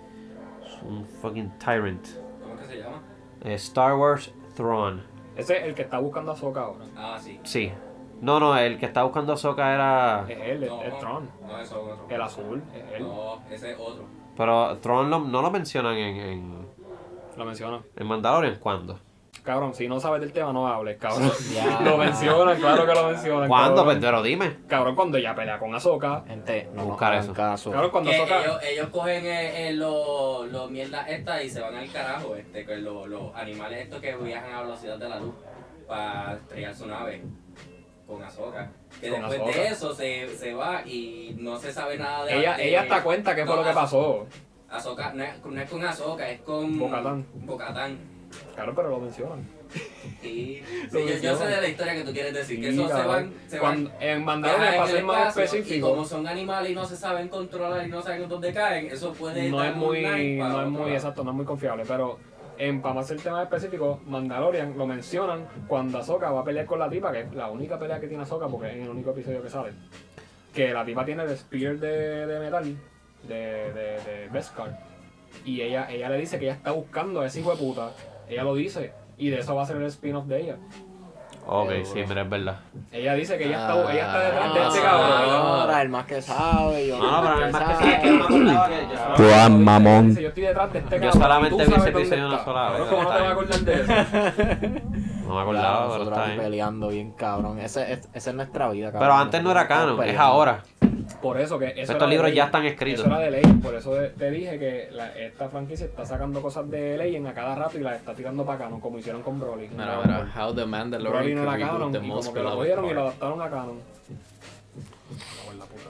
[SPEAKER 4] un fucking tyrant.
[SPEAKER 2] ¿Cómo que se llama?
[SPEAKER 4] Eh, Star Wars Throne.
[SPEAKER 1] Ese es el que está buscando a Soca ahora.
[SPEAKER 2] Ah, sí.
[SPEAKER 4] Sí. No, no, el que estaba buscando a Soka era...
[SPEAKER 1] Es él, es,
[SPEAKER 2] No,
[SPEAKER 1] es Tron.
[SPEAKER 2] No, eso es otro.
[SPEAKER 1] El azul, es él.
[SPEAKER 2] No, ese es otro.
[SPEAKER 4] Pero Throne lo- no lo mencionan en, en,
[SPEAKER 1] Lo menciona.
[SPEAKER 4] en Mandalorian. ¿Cuándo?
[SPEAKER 1] Cabrón, si no sabes del tema, no hables, cabrón.
[SPEAKER 7] Ya.
[SPEAKER 1] lo mencionan, claro que lo mencionan.
[SPEAKER 4] ¿Cuándo?
[SPEAKER 1] Cabrón,
[SPEAKER 4] Pues, pero dime.
[SPEAKER 1] Cabrón, cuando ella pelea con Ahsoka.
[SPEAKER 7] Gente, no nos
[SPEAKER 4] Buscar
[SPEAKER 7] hagan
[SPEAKER 4] eso.
[SPEAKER 7] caso.
[SPEAKER 1] Cabrón, cuando
[SPEAKER 2] Que
[SPEAKER 1] Ahsoka...
[SPEAKER 2] ellos, ellos cogen eh, eh, los los mierdas estas y se van al carajo, este, con los, los animales estos que viajan a velocidad de la luz para estrellar su nave con Azoka. Que
[SPEAKER 1] Con
[SPEAKER 2] después
[SPEAKER 1] Ahsoka.
[SPEAKER 2] de eso se, se va y no se sabe nada de
[SPEAKER 1] Ella,
[SPEAKER 2] de-
[SPEAKER 1] ella hasta cuenta qué fue
[SPEAKER 2] No,
[SPEAKER 1] lo que
[SPEAKER 2] Ahso-
[SPEAKER 1] pasó.
[SPEAKER 2] Ahsoka- no, es, no es con Azoka, es con
[SPEAKER 1] Bo-Katan.
[SPEAKER 2] Bocatán.
[SPEAKER 1] Claro, pero lo mencionan.
[SPEAKER 2] Y sí,
[SPEAKER 1] Lo
[SPEAKER 2] yo, yo sé
[SPEAKER 1] mencionan.
[SPEAKER 2] de la historia que tú quieres decir, que
[SPEAKER 1] Sí,
[SPEAKER 2] eso se
[SPEAKER 1] cabrón.
[SPEAKER 2] van, se van
[SPEAKER 1] Cuando- en Mandalorian
[SPEAKER 2] Viajan en
[SPEAKER 1] para ser
[SPEAKER 2] el
[SPEAKER 1] más
[SPEAKER 2] espacio, Y como
[SPEAKER 1] específico,
[SPEAKER 2] son animales y no se saben controlar y no saben dónde caen, eso puede
[SPEAKER 1] no
[SPEAKER 2] dar
[SPEAKER 1] es
[SPEAKER 2] un
[SPEAKER 1] muy,
[SPEAKER 2] night para
[SPEAKER 1] no es
[SPEAKER 2] otro
[SPEAKER 1] muy
[SPEAKER 2] lado.
[SPEAKER 1] exacto, no es muy confiable, pero en para ser tema específico, Mandalorian lo mencionan cuando Ahsoka va a pelear con la tipa, que es la única pelea que tiene Ahsoka porque es el único episodio que sale. Que la tipa tiene el spear de, de metal de, de, de Beskar y ella, ella le dice que ella está buscando a ese hijo de puta. Ella lo dice y de eso va a ser el spin-off de ella.
[SPEAKER 4] Ok,
[SPEAKER 3] Seguro.
[SPEAKER 4] sí, mira, es verdad.
[SPEAKER 1] Ella dice que ella está,
[SPEAKER 5] Ah.
[SPEAKER 1] ella está detrás de este
[SPEAKER 4] Ah.
[SPEAKER 1] cabrón.
[SPEAKER 3] ahora el más que sabe. Yo
[SPEAKER 4] No, no, pero el más que sabe que
[SPEAKER 3] sabe.
[SPEAKER 4] no me acordaba que yo
[SPEAKER 1] Cabrón,
[SPEAKER 4] solamente-
[SPEAKER 5] Tú am-
[SPEAKER 1] dice,
[SPEAKER 5] mamón.
[SPEAKER 1] dice, Yo estoy detrás de este
[SPEAKER 4] Yo
[SPEAKER 1] cabrón.
[SPEAKER 4] solamente
[SPEAKER 1] y tú
[SPEAKER 4] vi ese
[SPEAKER 1] sabes dónde
[SPEAKER 4] episodio una
[SPEAKER 1] está.
[SPEAKER 4] sola vez,
[SPEAKER 1] Cabrón, ¿Cómo no
[SPEAKER 4] está
[SPEAKER 1] te vas a
[SPEAKER 4] bien.
[SPEAKER 1] acordar de eso?
[SPEAKER 4] No me
[SPEAKER 3] Claro,
[SPEAKER 4] acordaba, pero
[SPEAKER 3] nosotros
[SPEAKER 4] está
[SPEAKER 3] aquí
[SPEAKER 4] bien.
[SPEAKER 3] peleando bien cabrón. Ese- es- Esa es nuestra vida, cabrón.
[SPEAKER 4] Pero antes no era
[SPEAKER 3] Nosotros
[SPEAKER 4] canon, es
[SPEAKER 3] peleando.
[SPEAKER 4] ahora.
[SPEAKER 1] Por eso que eso
[SPEAKER 4] Estos
[SPEAKER 1] era de
[SPEAKER 4] libros
[SPEAKER 1] ley.
[SPEAKER 4] ya están escritos.
[SPEAKER 1] Eso era de ley, por eso de- te dije que la- esta franquicia está sacando cosas de ley en a cada rato y las está tirando para canon, como hicieron con Broly.
[SPEAKER 5] Mira, mira, How the Mandalorian
[SPEAKER 1] Broly no
[SPEAKER 5] could
[SPEAKER 1] era
[SPEAKER 5] reboot
[SPEAKER 1] canon
[SPEAKER 5] the
[SPEAKER 1] y como
[SPEAKER 5] most
[SPEAKER 1] que lo
[SPEAKER 5] beloved
[SPEAKER 1] cogieron y lo
[SPEAKER 5] part.
[SPEAKER 1] adaptaron a canon.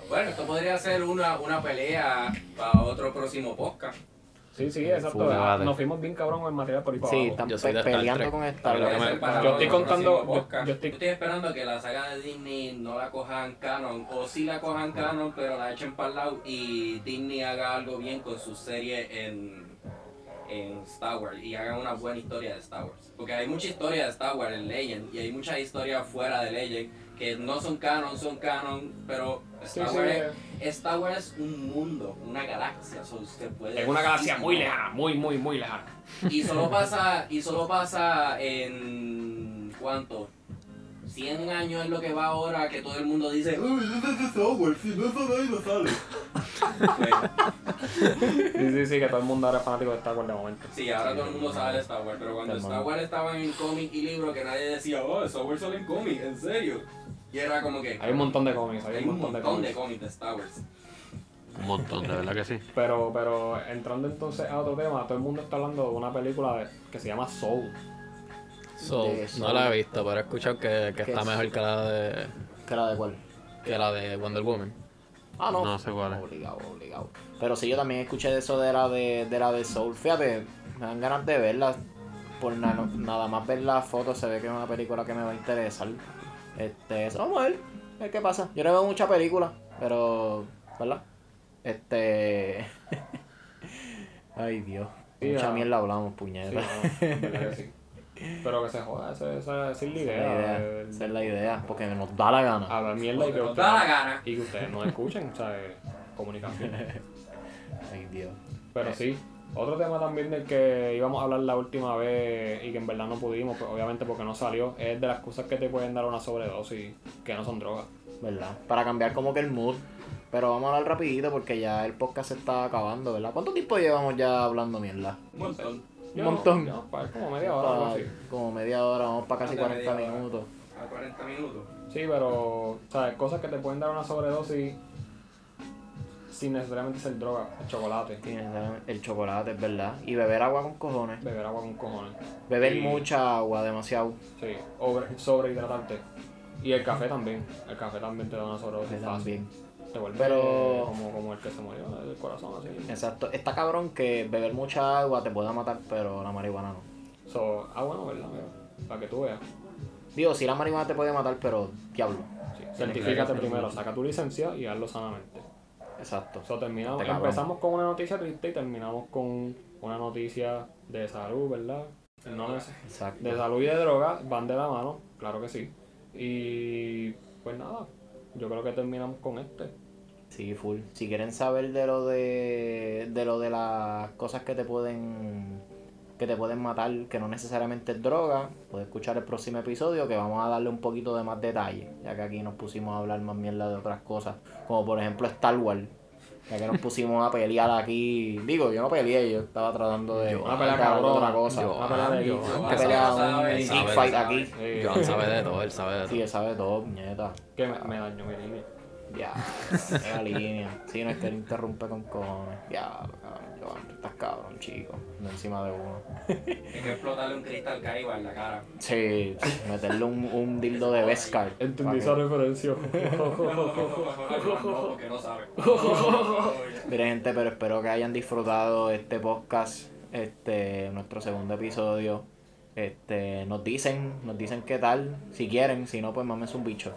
[SPEAKER 2] Bueno, esto podría ser una, una pelea para otro próximo podcast.
[SPEAKER 1] Sí, sí, exacto.
[SPEAKER 4] Full debate.
[SPEAKER 1] Nos fuimos bien cabrón en el material por ahí para
[SPEAKER 3] Sí,
[SPEAKER 1] abajo.
[SPEAKER 3] están
[SPEAKER 5] Yo soy
[SPEAKER 3] pe-
[SPEAKER 5] de Star
[SPEAKER 3] peleando
[SPEAKER 5] Trek.
[SPEAKER 3] con Star
[SPEAKER 5] Pero
[SPEAKER 2] Podría
[SPEAKER 5] me-
[SPEAKER 2] ser para
[SPEAKER 1] yo
[SPEAKER 2] otro
[SPEAKER 1] estoy contando-
[SPEAKER 2] próximo
[SPEAKER 1] yo-
[SPEAKER 2] podcast.
[SPEAKER 1] yo estoy-
[SPEAKER 2] esperando que la saga de Disney no la cojan canon, o sí la cojan canon, pero la echen para el lado y Disney haga algo bien con su serie en, en Star Wars y hagan una buena historia de Star Wars. Porque hay mucha historia de Star Wars en Legend y hay muchas historias fuera de Legend que no son canon, son canon, pero
[SPEAKER 1] Sí,
[SPEAKER 2] Star,
[SPEAKER 1] sí,
[SPEAKER 2] Wars,
[SPEAKER 1] eh,
[SPEAKER 2] es- Star Wars es un mundo, una galaxia. so usted puede
[SPEAKER 1] es una galaxia muy
[SPEAKER 2] lejana
[SPEAKER 1] lejana, muy, muy, muy lejana.
[SPEAKER 2] y solo pasa, y solo pasa en cuánto? 100 años es lo que va ahora que todo el mundo dice, uy, eso es de Star Wars, si no eso nadie lo sale. Pues,
[SPEAKER 1] Sí, sí, sí, que todo el mundo ahora es fanático de Star Wars de momento.
[SPEAKER 2] sí, ahora todo el mundo sabe de Star Wars, pero cuando Star Wars estaban en cómic y libro que nadie decía, oh, Star Wars sale en cómic, en serio. Y era como que
[SPEAKER 1] Hay un montón de cómics, hay,
[SPEAKER 2] hay
[SPEAKER 1] un montón de
[SPEAKER 2] de
[SPEAKER 1] cómics.
[SPEAKER 2] cómics de Star Wars.
[SPEAKER 4] Un montón, de verdad que sí.
[SPEAKER 1] Pero, pero entrando entonces a otro tema, todo el mundo está hablando de una película de- que se llama Soul.
[SPEAKER 5] So,
[SPEAKER 3] De eso.
[SPEAKER 5] no la he visto, pero he escuchado que, que
[SPEAKER 3] Que
[SPEAKER 5] está
[SPEAKER 3] es-
[SPEAKER 5] mejor que la de
[SPEAKER 3] ¿Qué era de cuál?
[SPEAKER 5] que la de Wonder Woman.
[SPEAKER 3] Ah, no.
[SPEAKER 4] No sé cuál es.
[SPEAKER 3] Obligado, obligado. Pero sí, yo también escuché de eso de la de, de la de Soul. Fíjate, me dan ganas de verla. Por na- nada más ver la foto se ve que es una película que me va a interesar. Este, eso vamos a ver. A ver qué pasa. Yo no veo mucha película, pero. ¿Verdad? Este. Ay, Dios.
[SPEAKER 1] Sí,
[SPEAKER 3] Mucha
[SPEAKER 1] ah.
[SPEAKER 3] mierda hablamos,
[SPEAKER 1] Sí,
[SPEAKER 3] puñeta.
[SPEAKER 1] no, en verdad que sí. Pero que se joda, esa, esa, esa es la
[SPEAKER 3] Esa es
[SPEAKER 1] idea.
[SPEAKER 3] la idea.
[SPEAKER 1] el-
[SPEAKER 3] Esa es la idea, porque nos da la gana.
[SPEAKER 1] hablar mierda y
[SPEAKER 2] Porque
[SPEAKER 1] que,
[SPEAKER 2] nos da la
[SPEAKER 1] ustedes,
[SPEAKER 2] gana.
[SPEAKER 1] y que ustedes no escuchen, ¿sabes? Comunicación.
[SPEAKER 3] Ay, Dios.
[SPEAKER 1] Pero sí, otro tema también del que íbamos a hablar la última vez y que en verdad no pudimos, pues, obviamente porque no salió, es de las cosas que te pueden dar una sobredosis, que no son drogas.
[SPEAKER 3] ¿verdad? Para cambiar como que el mood. Pero vamos a hablar rapidito porque ya el podcast se está acabando, ¿verdad? ¿Cuánto tiempo llevamos ya hablando mierda?
[SPEAKER 2] Un montón.
[SPEAKER 1] Yo
[SPEAKER 3] montón.
[SPEAKER 1] No, pa- como media hora o algo así.
[SPEAKER 3] Como media hora, vamos para casi
[SPEAKER 2] Más de
[SPEAKER 3] 40
[SPEAKER 2] media hora.
[SPEAKER 3] minutos.
[SPEAKER 2] A 40 minutos.
[SPEAKER 1] Sí, pero, ¿sabes? Cosas que te pueden dar una sobredosis sin necesariamente ser droga, el chocolate,
[SPEAKER 3] Tienes el chocolate, es ¿verdad? Y beber agua con cojones.
[SPEAKER 1] beber agua con cojones.
[SPEAKER 3] Beber
[SPEAKER 1] Sí.
[SPEAKER 3] mucha agua, demasiado.
[SPEAKER 1] Sí, sobre, sobrehidratante. Y el café también. El café también te da una sobredosis fácil.
[SPEAKER 3] También.
[SPEAKER 1] Te vuelve
[SPEAKER 3] Pero-
[SPEAKER 1] como, como el que se murió del corazón, así.
[SPEAKER 3] Exacto. Está cabrón que beber mucha agua te pueda matar, pero la marihuana no.
[SPEAKER 1] So, ah, bueno, ¿verdad? Mira, Para que tú veas.
[SPEAKER 3] Digo, sí la marihuana te puede matar, pero diablo.
[SPEAKER 1] Sí, Certifícate primero, saca tu licencia y hazlo sanamente.
[SPEAKER 3] Exacto.
[SPEAKER 1] So, terminamos,
[SPEAKER 3] Este cabrón.
[SPEAKER 1] empezamos con una noticia triste y terminamos con una noticia de salud, ¿verdad? No neces-
[SPEAKER 3] Exacto.
[SPEAKER 1] de salud y de droga van de la mano, claro que sí. Y pues nada, yo creo que terminamos con este.
[SPEAKER 3] Sí, full. Si quieren saber de lo de, de lo de las cosas que te pueden que te pueden matar, que no necesariamente es droga, puedes escuchar el próximo episodio que vamos a darle un poquito de más detalle, ya que aquí nos pusimos a hablar más mierda de otras cosas, como por ejemplo Star Wars, ya que nos pusimos a pelear aquí, digo, yo no peleé, yo estaba tratando de
[SPEAKER 5] Yo, ah,
[SPEAKER 1] una pelea
[SPEAKER 3] hablar de otra
[SPEAKER 1] cabrona,
[SPEAKER 3] cosa,
[SPEAKER 5] yo,
[SPEAKER 1] Una pelea de
[SPEAKER 5] yo,
[SPEAKER 1] geeks.
[SPEAKER 5] yo,
[SPEAKER 3] una
[SPEAKER 5] que
[SPEAKER 3] pelea,
[SPEAKER 2] sabe,
[SPEAKER 3] un
[SPEAKER 2] sabe,
[SPEAKER 3] geek
[SPEAKER 5] sabe,
[SPEAKER 3] fight
[SPEAKER 2] sabe.
[SPEAKER 3] aquí,
[SPEAKER 1] Eh,
[SPEAKER 5] John sabe de todo, él sabe de
[SPEAKER 3] sí,
[SPEAKER 5] todo.
[SPEAKER 3] él sabe todo, puñeta.
[SPEAKER 1] que me, me dañó mi línea.
[SPEAKER 3] Ya, esa línea. Sí, no es que él interrumpe con cojones. Ya, cabrón, Joan, tú estás cabrón, chico. De encima de uno.
[SPEAKER 2] Hay que explotarle un cristal cariba en la cara.
[SPEAKER 3] Sí, meterle un, un dildo de Vescar.
[SPEAKER 1] Entendí esa referencia.
[SPEAKER 2] No, porque no sabe.
[SPEAKER 3] Mire, gente, pero espero que hayan disfrutado este podcast, este, nuestro segundo episodio. Este, nos dicen, nos dicen qué tal, si quieren, si no, pues mames un bicho.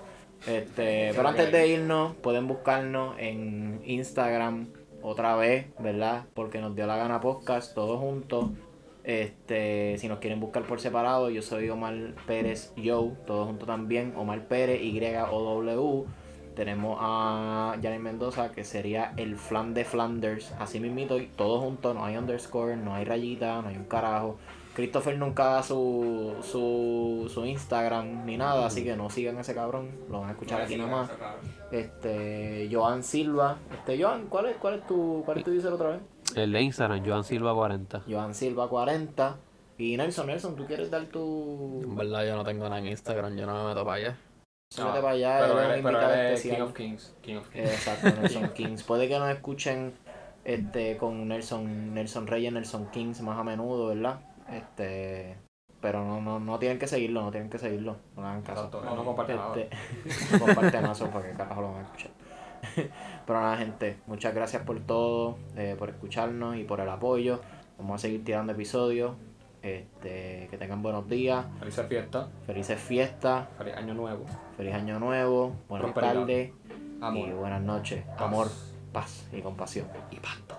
[SPEAKER 3] Este, pero antes de irnos, pueden buscarnos en Instagram otra vez, ¿verdad? Porque nos dio la gana podcast, todos juntos. Este, si nos quieren buscar por separado, yo soy Omar Pérez Yo, todo junto también, Omar Pérez, Y-O-W. Tenemos a Janet Mendoza, que sería el flan de Flanders. Así mismito, y todo junto, no hay underscore, no hay rayita, no hay un carajo. Christopher nunca da su, su, su Instagram ni nada, así que no sigan a ese cabrón, lo van a escuchar aquí nomás. Este, Joan Silva, este, Joan, ¿cuál es, cuál es tu, cuál es tu user otra vez?
[SPEAKER 4] El de Instagram, Joan Silva 40.
[SPEAKER 3] Joan Silva 40 y Nelson, Nelson, ¿tú quieres dar
[SPEAKER 5] En
[SPEAKER 3] tu,
[SPEAKER 5] verdad yo no tengo nada en Instagram, yo no me meto para allá.
[SPEAKER 3] súbete para allá,
[SPEAKER 1] Pero él,
[SPEAKER 3] eres un
[SPEAKER 1] pero
[SPEAKER 3] invitado
[SPEAKER 1] él es
[SPEAKER 3] especial.
[SPEAKER 1] King of Kings. King of Kings.
[SPEAKER 3] Exacto, Nelson Kings. Puede que nos escuchen este con Nelson, Nelson Reyes, Nelson Kings más a menudo, ¿verdad? Este, pero no, no, no tienen que seguirlo, no tienen que seguirlo, no le hagan caso.
[SPEAKER 1] Exacto, él no comparte nada.
[SPEAKER 3] Este, comparte mazo porque carajo lo van a escuchar. Pero nada, gente, muchas gracias por todo, eh, por escucharnos y por el apoyo. Vamos a seguir tirando episodios. Este, que tengan buenos días,
[SPEAKER 1] Felices fiestas,
[SPEAKER 3] felices fiestas,
[SPEAKER 1] feliz año nuevo.
[SPEAKER 3] feliz año nuevo, buenas
[SPEAKER 1] Prosperidad.
[SPEAKER 3] tardes y
[SPEAKER 1] Amor.
[SPEAKER 3] buenas noches.
[SPEAKER 1] paz.
[SPEAKER 3] Amor, paz y compasión. Y pacto.